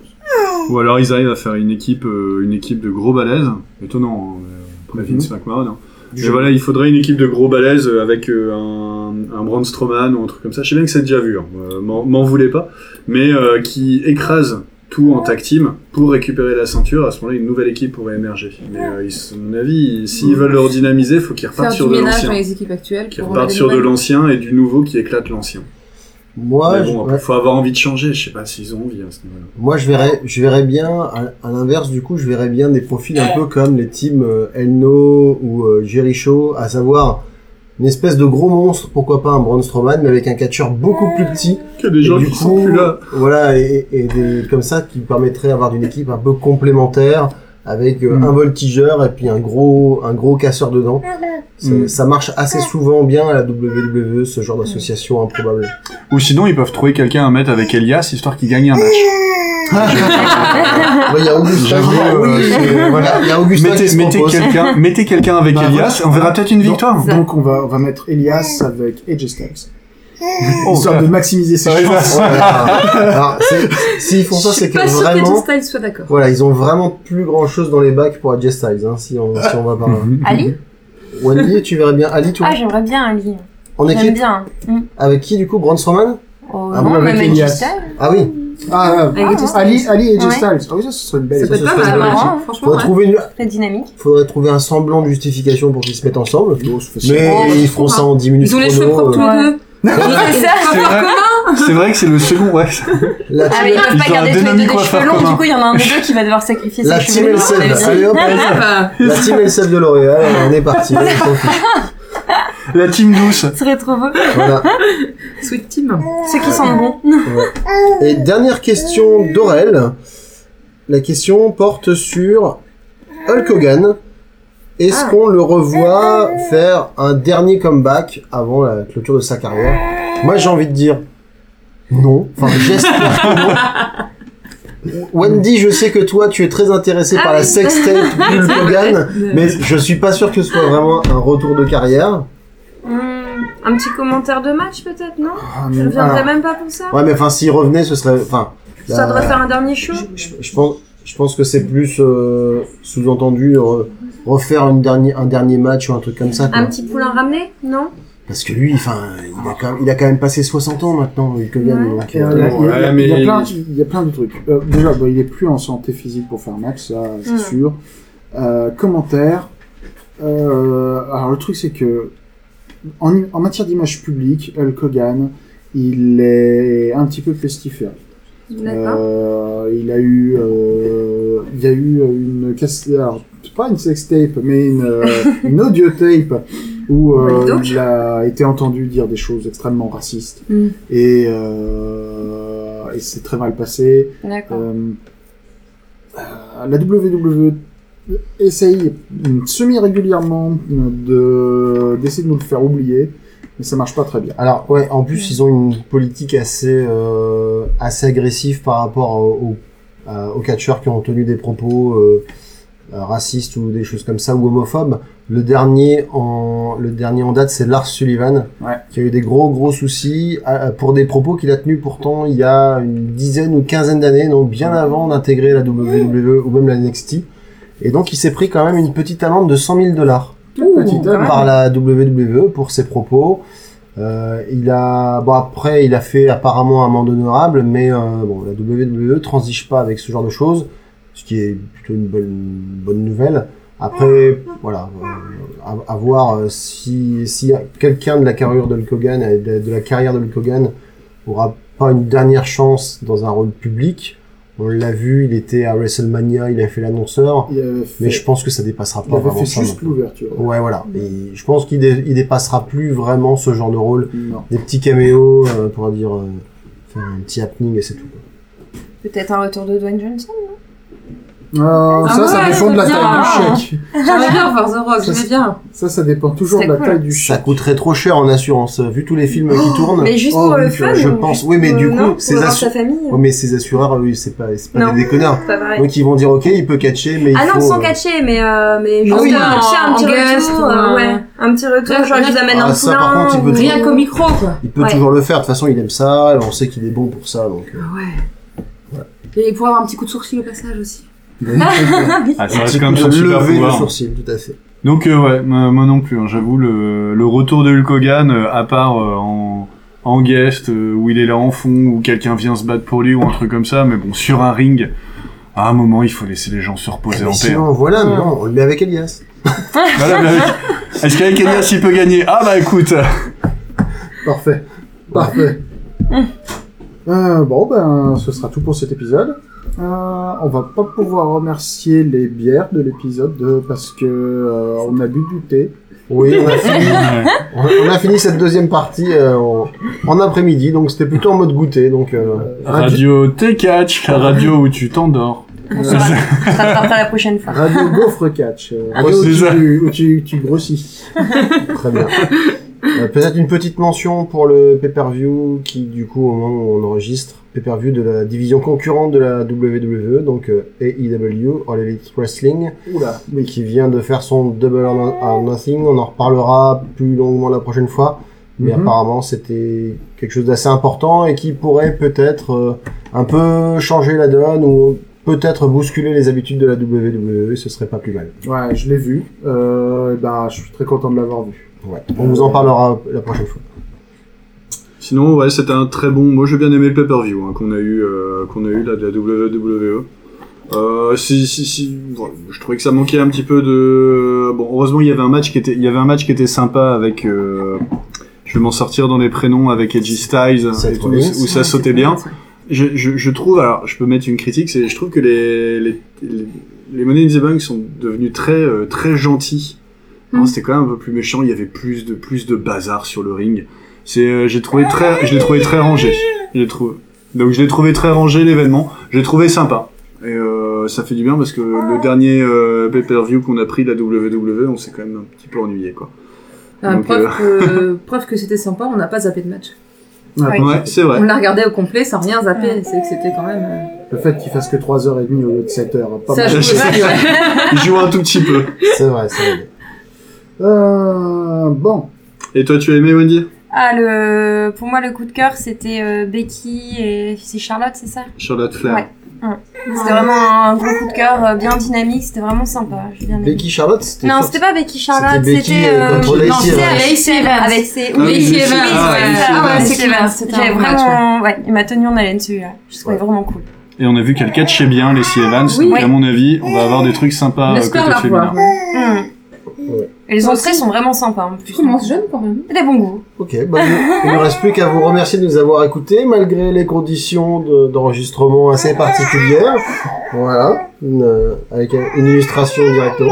[SPEAKER 4] Ou alors ils arrivent à faire une équipe, euh, une équipe de gros balaises. Étonnant, hein, euh, pour la Vince McMahon. hein. Mais voilà, il faudrait une équipe de gros balaises euh, avec euh, un, un Braun Strowman ou un truc comme ça. Je sais bien que c'est déjà vu, hein. Euh, m'en m'en voulez pas. Mais euh, qui écrase tout en tag team pour récupérer la ceinture. À ce moment-là, une nouvelle équipe pourrait émerger. Mais euh, ils- à mon avis, s'ils veulent leur dynamiser, faut qu'ils
[SPEAKER 2] Faire
[SPEAKER 4] repartent
[SPEAKER 2] du
[SPEAKER 4] sur de
[SPEAKER 2] ménage dans
[SPEAKER 4] l'ancien.
[SPEAKER 2] les équipes actuelles.
[SPEAKER 4] Qu'ils
[SPEAKER 2] pour
[SPEAKER 4] repartent
[SPEAKER 2] enlever
[SPEAKER 4] sur
[SPEAKER 2] les
[SPEAKER 4] de
[SPEAKER 2] balles.
[SPEAKER 4] l'ancien et du nouveau qui éclate l'ancien.
[SPEAKER 6] Moi,
[SPEAKER 4] Mais
[SPEAKER 6] je,
[SPEAKER 4] bon,
[SPEAKER 6] ouais.
[SPEAKER 4] après, faut avoir envie de changer. Je sais pas s'ils ont envie à ce niveau-là.
[SPEAKER 6] Moi, je verrais, je verrais bien, à, à l'inverse, du coup, je verrais bien des profils un peu comme les teams euh, Elno ou euh, Jericho, à savoir une espèce de gros monstre, pourquoi pas un Braun Strowman, mais avec un catcheur beaucoup plus petit.
[SPEAKER 4] Il y a des
[SPEAKER 6] Et
[SPEAKER 4] gens
[SPEAKER 6] du
[SPEAKER 4] qui sont
[SPEAKER 6] coup,
[SPEAKER 4] plus là.
[SPEAKER 6] Voilà, et, et des, comme ça, qui permettrait d'avoir une équipe un peu complémentaire, avec euh,
[SPEAKER 3] Mm.
[SPEAKER 6] un voltigeur et puis un gros, un gros casseur dedans. Ça,
[SPEAKER 4] Mm.
[SPEAKER 6] ça marche assez souvent bien à la WWE, ce genre d'association improbable.
[SPEAKER 4] Ou sinon, ils peuvent trouver quelqu'un à mettre avec Elias, histoire qu'il gagne un match.
[SPEAKER 6] Ouais, Il y a Augustin,
[SPEAKER 4] J'avoue, euh,
[SPEAKER 6] oui,
[SPEAKER 4] c'est-
[SPEAKER 6] voilà, il y a Augustin qui
[SPEAKER 4] Mettez,
[SPEAKER 6] se
[SPEAKER 4] mettez
[SPEAKER 6] propose.
[SPEAKER 4] quelqu'un mettez quelqu'un avec
[SPEAKER 3] Bah,
[SPEAKER 4] Elias,
[SPEAKER 3] voilà.
[SPEAKER 4] on verra peut-être une
[SPEAKER 3] Donc-
[SPEAKER 4] victoire.
[SPEAKER 3] Donc, on, va, on va mettre Elias avec Edge Styles.
[SPEAKER 4] Oh,
[SPEAKER 3] histoire
[SPEAKER 4] ça-
[SPEAKER 3] de maximiser ses
[SPEAKER 4] Ouais,
[SPEAKER 3] chances.
[SPEAKER 6] Voilà. Alors, c'est- S'ils font ça,
[SPEAKER 2] Je
[SPEAKER 6] c'est
[SPEAKER 2] suis
[SPEAKER 6] que
[SPEAKER 2] pas sûre qu'Edge
[SPEAKER 6] vraiment,
[SPEAKER 2] Styles soit d'accord.
[SPEAKER 6] voilà, ils ont vraiment plus grand chose dans les bacs pour Adjust Styles, hein, si on, si on va par là.
[SPEAKER 8] Ali
[SPEAKER 6] Wendy, tu verrais bien Ali, toi,
[SPEAKER 8] Ah, j'aimerais bien Ali.
[SPEAKER 6] en
[SPEAKER 8] J'aime
[SPEAKER 6] équipe,
[SPEAKER 8] bien. Mm.
[SPEAKER 6] avec qui, du coup, Braun Strowman?
[SPEAKER 8] Oh,
[SPEAKER 3] Ah
[SPEAKER 8] non,
[SPEAKER 6] bah,
[SPEAKER 3] bon, avec
[SPEAKER 8] même Edge
[SPEAKER 3] Elias.
[SPEAKER 8] Styles.
[SPEAKER 6] Ah oui.
[SPEAKER 3] Ah,
[SPEAKER 2] Avec Edge
[SPEAKER 3] euh,
[SPEAKER 2] Styles.
[SPEAKER 3] Ali, Ali et Edge
[SPEAKER 8] Ouais.
[SPEAKER 3] Styles. Ah oui, ça, ce serait une belle
[SPEAKER 2] Ça
[SPEAKER 6] Ça
[SPEAKER 2] peut
[SPEAKER 3] équipe.
[SPEAKER 2] être
[SPEAKER 6] se
[SPEAKER 2] pas
[SPEAKER 6] fait
[SPEAKER 2] mal,
[SPEAKER 8] marrant,
[SPEAKER 2] hein,
[SPEAKER 8] hein.
[SPEAKER 2] franchement.
[SPEAKER 6] Faudrait
[SPEAKER 2] ouais.
[SPEAKER 6] trouver une,
[SPEAKER 8] Très dynamique.
[SPEAKER 6] faudrait trouver un semblant de justification pour qu'ils se mettent ensemble.
[SPEAKER 3] Oh, ça fait chier.
[SPEAKER 6] Mais
[SPEAKER 2] Oh,
[SPEAKER 6] ils
[SPEAKER 2] je
[SPEAKER 6] feront
[SPEAKER 2] comprends.
[SPEAKER 6] ça en 10 minutes.
[SPEAKER 2] Ils ont les cheveux
[SPEAKER 6] chrono,
[SPEAKER 2] propres tous
[SPEAKER 6] euh,
[SPEAKER 2] les deux.
[SPEAKER 8] C'est ça.
[SPEAKER 4] C'est vrai, c'est vrai que c'est le second, ouais.
[SPEAKER 6] Euh, La
[SPEAKER 8] Ah,
[SPEAKER 6] team,
[SPEAKER 8] mais ils peuvent
[SPEAKER 4] Ils
[SPEAKER 8] pas
[SPEAKER 4] ont
[SPEAKER 8] garder
[SPEAKER 4] un
[SPEAKER 8] tous les deux
[SPEAKER 4] dynamique
[SPEAKER 8] des cheveux
[SPEAKER 4] coiffeur
[SPEAKER 8] longs,
[SPEAKER 4] commun.
[SPEAKER 8] du coup, il y en a un des deux qui va devoir sacrifier
[SPEAKER 6] la
[SPEAKER 8] ses
[SPEAKER 6] team
[SPEAKER 8] cheveux longs.
[SPEAKER 6] LCL.
[SPEAKER 8] Ouais,
[SPEAKER 6] Allez hop,
[SPEAKER 2] Ah bah,
[SPEAKER 6] la team LCL de L'Oréal, on est parti. on s'en fiche.
[SPEAKER 4] La team douce.
[SPEAKER 8] Ce serait trop beau.
[SPEAKER 6] Voilà.
[SPEAKER 2] euh, Sweet Team.
[SPEAKER 8] Ceux qui sentent bon.
[SPEAKER 6] Et dernière question d'Aurel. La question porte sur Hulk Hogan.
[SPEAKER 8] Ah.
[SPEAKER 6] Est-ce qu'on le revoit faire un dernier comeback avant la clôture de sa carrière Moi, j'ai envie de dire Non. Enfin, j'espère que non. Wendy, je sais que toi, tu es très intéressé
[SPEAKER 8] Ah
[SPEAKER 6] par la sextape Bill Logan, mais je suis pas sûr que ce soit vraiment un retour de carrière.
[SPEAKER 8] Hum, un petit commentaire de match peut-être, non
[SPEAKER 3] Ah,
[SPEAKER 6] Hmm,
[SPEAKER 8] Je
[SPEAKER 3] mais-
[SPEAKER 8] viendrais
[SPEAKER 3] alors,
[SPEAKER 8] même pas pour ça
[SPEAKER 6] Ouais, mais enfin, s'il revenait, ce serait, enfin.
[SPEAKER 8] Ça devrait
[SPEAKER 6] euh,
[SPEAKER 8] faire un dernier show
[SPEAKER 6] je- je, je pense, je pense que c'est plus euh, sous-entendu re- refaire une dernière, un dernier match ou un truc comme ça. quoi.
[SPEAKER 8] Un petit poulain ramené, non
[SPEAKER 6] Parce que lui, enfin, il a quand même, il a quand même passé 60 ans maintenant, Bill Logan.
[SPEAKER 8] Ouais.
[SPEAKER 6] donc,
[SPEAKER 3] il y a-
[SPEAKER 6] euh,
[SPEAKER 3] il y a-
[SPEAKER 4] Ouais,
[SPEAKER 3] il, y a
[SPEAKER 4] mais-
[SPEAKER 3] plein, il y a plein de trucs. Euh, déjà, bon, il est plus en santé physique pour faire un match, ça, c'est
[SPEAKER 8] Mm.
[SPEAKER 3] sûr. Euh, commentaire. Euh, alors, le truc, c'est que en, en matière d'image publique, Hulk Hogan, il est un petit peu pestiféré.
[SPEAKER 8] D'accord.
[SPEAKER 3] Euh, il a eu, euh, il y a eu une casse, alors, pas une sextape, mais une, euh, une audio tape où euh,
[SPEAKER 8] Dis donc.
[SPEAKER 3] il a été entendu dire des choses extrêmement racistes
[SPEAKER 2] Mm.
[SPEAKER 3] et, euh, et c'est très mal passé.
[SPEAKER 8] D'accord.
[SPEAKER 3] Euh, euh, la WWE essaye mm, semi-régulièrement de d'essayer de nous le faire oublier, mais ça marche pas très bien.
[SPEAKER 6] Alors ouais, en plus ils ont une politique assez euh, assez agressive par rapport au- au- à- aux catcheurs qui ont tenu des propos euh, euh, racistes ou des choses comme ça ou homophobes. Le dernier en le dernier en date c'est Lars Sullivan
[SPEAKER 3] Ouais.
[SPEAKER 6] qui a eu des gros gros soucis à- à- pour des propos qu'il a tenus pourtant il y a une dizaine ou quinzaine d'années donc bien avant d'intégrer la WWE ou même la NXT et donc il s'est pris quand même une petite amende de 100 000 dollars
[SPEAKER 3] Petite dame.
[SPEAKER 6] par la WWE pour ses propos. Euh, il a bon après il a fait apparemment un mandat honorable, mais euh, bon la WWE transige pas avec ce genre de choses, ce qui est plutôt une bonne, une bonne nouvelle. Après voilà, euh, à, à voir euh, si si quelqu'un de la carrière de Hulk Hogan, euh, de, de la carrière de Hulk Hogan aura pas une dernière chance dans un rôle public. On l'a vu, il était à WrestleMania, il a fait l'annonceur,
[SPEAKER 3] Il avait fait,
[SPEAKER 6] mais je pense que ça dépassera
[SPEAKER 3] il
[SPEAKER 6] pas
[SPEAKER 3] avait
[SPEAKER 6] vraiment
[SPEAKER 3] fait
[SPEAKER 6] ça.
[SPEAKER 3] juste l'ouverture.
[SPEAKER 6] Ouais, voilà.
[SPEAKER 8] Mm.
[SPEAKER 6] Et je pense qu'il dé- il dépassera plus vraiment ce genre de rôle.
[SPEAKER 3] Non.
[SPEAKER 6] Des petits caméos, euh, pour dire, euh, faire un petit happening et c'est tout. quoi.
[SPEAKER 8] Peut-être un retour de Dwayne Johnson
[SPEAKER 3] Euh, ça,
[SPEAKER 2] ouais,
[SPEAKER 3] ça dépend
[SPEAKER 2] ça
[SPEAKER 3] de la
[SPEAKER 2] vient,
[SPEAKER 3] taille
[SPEAKER 2] hein.
[SPEAKER 3] du chèque.
[SPEAKER 2] J'aimeais bien voir The Rock,
[SPEAKER 3] Ça,
[SPEAKER 2] j'aimais
[SPEAKER 3] c'est-
[SPEAKER 2] bien.
[SPEAKER 3] Ça, ça dépend toujours de
[SPEAKER 8] C'est
[SPEAKER 3] la
[SPEAKER 8] cool.
[SPEAKER 3] taille du
[SPEAKER 6] Ça
[SPEAKER 3] chèque.
[SPEAKER 6] coûterait trop cher en assurance, euh, vu tous les films qui tournent. euh,
[SPEAKER 8] Mais juste
[SPEAKER 3] Oh,
[SPEAKER 8] pour le
[SPEAKER 3] oui,
[SPEAKER 8] fun
[SPEAKER 6] je
[SPEAKER 8] ou
[SPEAKER 6] pense.
[SPEAKER 8] juste
[SPEAKER 6] Oui, mais
[SPEAKER 8] pour-
[SPEAKER 6] du coup,
[SPEAKER 8] non, pour
[SPEAKER 6] ces
[SPEAKER 8] voir
[SPEAKER 6] assu-
[SPEAKER 8] sa famille.
[SPEAKER 6] Ouais, mais ces assureurs, eux, c'est pas, c'est pas
[SPEAKER 8] Non.
[SPEAKER 6] des déconneurs.
[SPEAKER 8] Pas pareil.
[SPEAKER 6] Donc ils vont dire, ok, il peut catcher, mais il
[SPEAKER 8] Ah non,
[SPEAKER 6] faut...
[SPEAKER 8] sans
[SPEAKER 6] euh,
[SPEAKER 8] catcher, mais, euh, mais juste
[SPEAKER 2] Ah oui,
[SPEAKER 8] euh,
[SPEAKER 2] en-
[SPEAKER 8] tiens, un petit
[SPEAKER 2] en guest,
[SPEAKER 8] retour,
[SPEAKER 2] ou
[SPEAKER 8] euh,
[SPEAKER 2] un-
[SPEAKER 8] ouais, un petit retour,
[SPEAKER 2] Rien-
[SPEAKER 8] genre je vous
[SPEAKER 2] rien-
[SPEAKER 8] amène
[SPEAKER 6] Ah,
[SPEAKER 8] un
[SPEAKER 6] ça,
[SPEAKER 8] poulain.
[SPEAKER 6] par contre, il veut
[SPEAKER 8] ou-
[SPEAKER 2] Rien qu'au micro, quoi.
[SPEAKER 6] Il peut
[SPEAKER 8] Ouais.
[SPEAKER 6] toujours le faire. De toute façon, il aime ça. On sait qu'il est bon pour ça, donc... euh,
[SPEAKER 2] Et pour avoir un petit coup de sourcil au passage aussi.
[SPEAKER 4] Ah, ça
[SPEAKER 6] un
[SPEAKER 4] reste
[SPEAKER 6] petit
[SPEAKER 4] quand même
[SPEAKER 6] coup
[SPEAKER 4] son
[SPEAKER 6] de
[SPEAKER 4] super
[SPEAKER 6] lever de
[SPEAKER 4] pouvoir.
[SPEAKER 6] sourcil, tout à fait.
[SPEAKER 4] Donc euh, ouais, moi, moi non plus, hein, j'avoue, le, le retour de Hulk Hogan, euh, à part euh, en, en guest, euh, où il est là en fond, où quelqu'un vient se battre pour lui, ou un truc comme ça, mais bon, sur un ring, à un moment, il faut laisser les gens se reposer
[SPEAKER 6] Eh, Mais
[SPEAKER 4] en paix. hein.
[SPEAKER 6] sinon, voilà, mais non, on le met avec Elias.
[SPEAKER 4] Voilà, mais avec- Est-ce qu'avec Elias, il peut gagner Ah bah écoute
[SPEAKER 3] Parfait. Parfait. Euh, bon, ben, ce sera tout pour cet épisode. Euh, on va pas pouvoir remercier les bières de l'épisode euh, parce que euh, on a bu du thé.
[SPEAKER 6] Oui, on a fini.
[SPEAKER 4] Ouais.
[SPEAKER 6] On on a fini cette deuxième partie euh, en, en après-midi, donc c'était plutôt en mode goûter. Donc, euh,
[SPEAKER 4] Ah, Radio T-Catch, la radio où tu t'endors.
[SPEAKER 8] On saura- on s'attrapera la prochaine fois.
[SPEAKER 3] Radio Gaufre Catch. euh,
[SPEAKER 6] Ah,
[SPEAKER 3] radio où
[SPEAKER 4] c'est ça.
[SPEAKER 3] tu, où tu, tu grossis.
[SPEAKER 6] très bien. Euh, Peut-être une petite mention pour le pay-per-view qui, du coup, au moment où on enregistre, pay-per-view de la division concurrente de la WWE, donc euh, AEW, All Elite Wrestling,
[SPEAKER 3] Oula,
[SPEAKER 6] oui, qui vient de faire son Double or No- or Nothing. On en reparlera plus longuement la prochaine fois, mais
[SPEAKER 3] Mhm.
[SPEAKER 6] apparemment c'était quelque chose d'assez important et qui pourrait peut-être euh, un peu changer la donne ou peut-être bousculer les habitudes de la WWE, ce serait pas plus mal.
[SPEAKER 3] Ouais, je l'ai vu. Euh, ben, je suis très content de l'avoir vu.
[SPEAKER 6] Ouais. On vous en parlera la prochaine fois.
[SPEAKER 4] Sinon, ouais, c'était un très bon. Moi, j'ai bien aimé le pay-per-view hein, qu'on a eu, euh, qu'on a eu là, de la WWE. Euh, si, si, si, voilà, je trouvais que ça manquait un petit peu de. Bon, heureusement, il y avait un match qui était, il y avait un match qui était sympa avec. euh, Je vais m'en sortir dans les prénoms avec Edgy Styles hein,
[SPEAKER 6] Seth
[SPEAKER 4] et tout, où,
[SPEAKER 6] Rollins.
[SPEAKER 4] où ça sautait bien. Je, je, je trouve, alors, je peux mettre une critique, c'est je trouve que les les, les, les Money in the Bank sont devenus très euh, très gentils. Avant,
[SPEAKER 2] Mm.
[SPEAKER 4] C'était quand même un peu plus méchant. Il y avait plus de plus de bazar sur le ring. C'est, euh, j'ai trouvé très, je l'ai trouvé très rangé. Je l'ai trouvé. Donc je l'ai trouvé très rangé l'événement. Je l'ai trouvé sympa. Et euh, ça fait du bien parce que le dernier euh, pay-per-view qu'on a pris de la WWE, on s'est quand même un petit peu ennuyé quoi.
[SPEAKER 2] Ah,
[SPEAKER 4] Donc,
[SPEAKER 2] preuve, que, preuve que c'était sympa, on n'a pas zappé de match. Ouais.
[SPEAKER 4] Ouais, c'est vrai.
[SPEAKER 2] On l'a regardé au complet sans rien zapper, c'est que c'était quand même... euh,
[SPEAKER 3] Le fait qu'il fasse que 3h30 au lieu de 7h, pas
[SPEAKER 2] Ça
[SPEAKER 3] mal.
[SPEAKER 2] joue aussi, ouais.
[SPEAKER 4] Il joue un tout petit peu.
[SPEAKER 6] C'est vrai, c'est vrai.
[SPEAKER 3] Euh, bon.
[SPEAKER 4] Et toi, tu as aimé Wendy
[SPEAKER 8] Ah, le... pour moi, le coup de cœur, c'était euh, Becky et c'est Charlotte, c'est ça
[SPEAKER 4] Charlotte Flair.
[SPEAKER 8] Ouais. C'était vraiment un gros coup de cœur euh, bien dynamique, c'était vraiment sympa. J'ai bien aimé.
[SPEAKER 6] Becky Charlotte, c'était
[SPEAKER 8] Non,
[SPEAKER 6] fort.
[SPEAKER 8] c'était pas Becky Charlotte,
[SPEAKER 6] C'était Becky,
[SPEAKER 8] c'était.
[SPEAKER 6] euh, contre
[SPEAKER 8] non,
[SPEAKER 6] Lacey
[SPEAKER 8] c'était
[SPEAKER 6] Evans.
[SPEAKER 8] avec
[SPEAKER 2] Ah,
[SPEAKER 8] ses. Avec ses.
[SPEAKER 4] oui,
[SPEAKER 8] Ah, Lacey
[SPEAKER 4] Lacey
[SPEAKER 8] Evans,
[SPEAKER 4] Evans,
[SPEAKER 8] ouais.
[SPEAKER 4] Lacey
[SPEAKER 8] Ah ouais,
[SPEAKER 4] Evans.
[SPEAKER 8] c'est Evans, c'était
[SPEAKER 2] J'ai
[SPEAKER 8] un
[SPEAKER 2] vraiment-
[SPEAKER 8] vraiment. Ouais, il m'a tenu en haleine celui-là. Je trouvais vraiment cool.
[SPEAKER 4] Et on a vu qu'elle catchait bien les Sea Evans,
[SPEAKER 2] Oui.
[SPEAKER 4] donc à mon avis, on va avoir des trucs sympas euh,
[SPEAKER 2] J'espère
[SPEAKER 4] côté
[SPEAKER 2] la
[SPEAKER 4] féminin.
[SPEAKER 2] voir. ouais.
[SPEAKER 8] Et les
[SPEAKER 2] Moi
[SPEAKER 8] entrées
[SPEAKER 2] aussi.
[SPEAKER 8] sont vraiment sympas hein. en plus.
[SPEAKER 2] Tu commences jeune quand même.
[SPEAKER 8] Des bons goûts.
[SPEAKER 6] Ok, bah, il ne reste plus qu'à vous remercier de nous avoir écoutés, malgré les conditions de- d'enregistrement assez particulières. Voilà, une, euh, avec un- une illustration directo.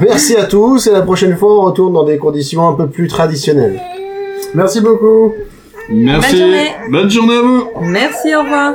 [SPEAKER 6] Merci à tous, et la prochaine fois, on retourne dans des conditions un peu plus traditionnelles.
[SPEAKER 3] Merci beaucoup.
[SPEAKER 4] Merci.
[SPEAKER 8] journée.
[SPEAKER 4] Bonne journée à vous.
[SPEAKER 2] Merci, au revoir.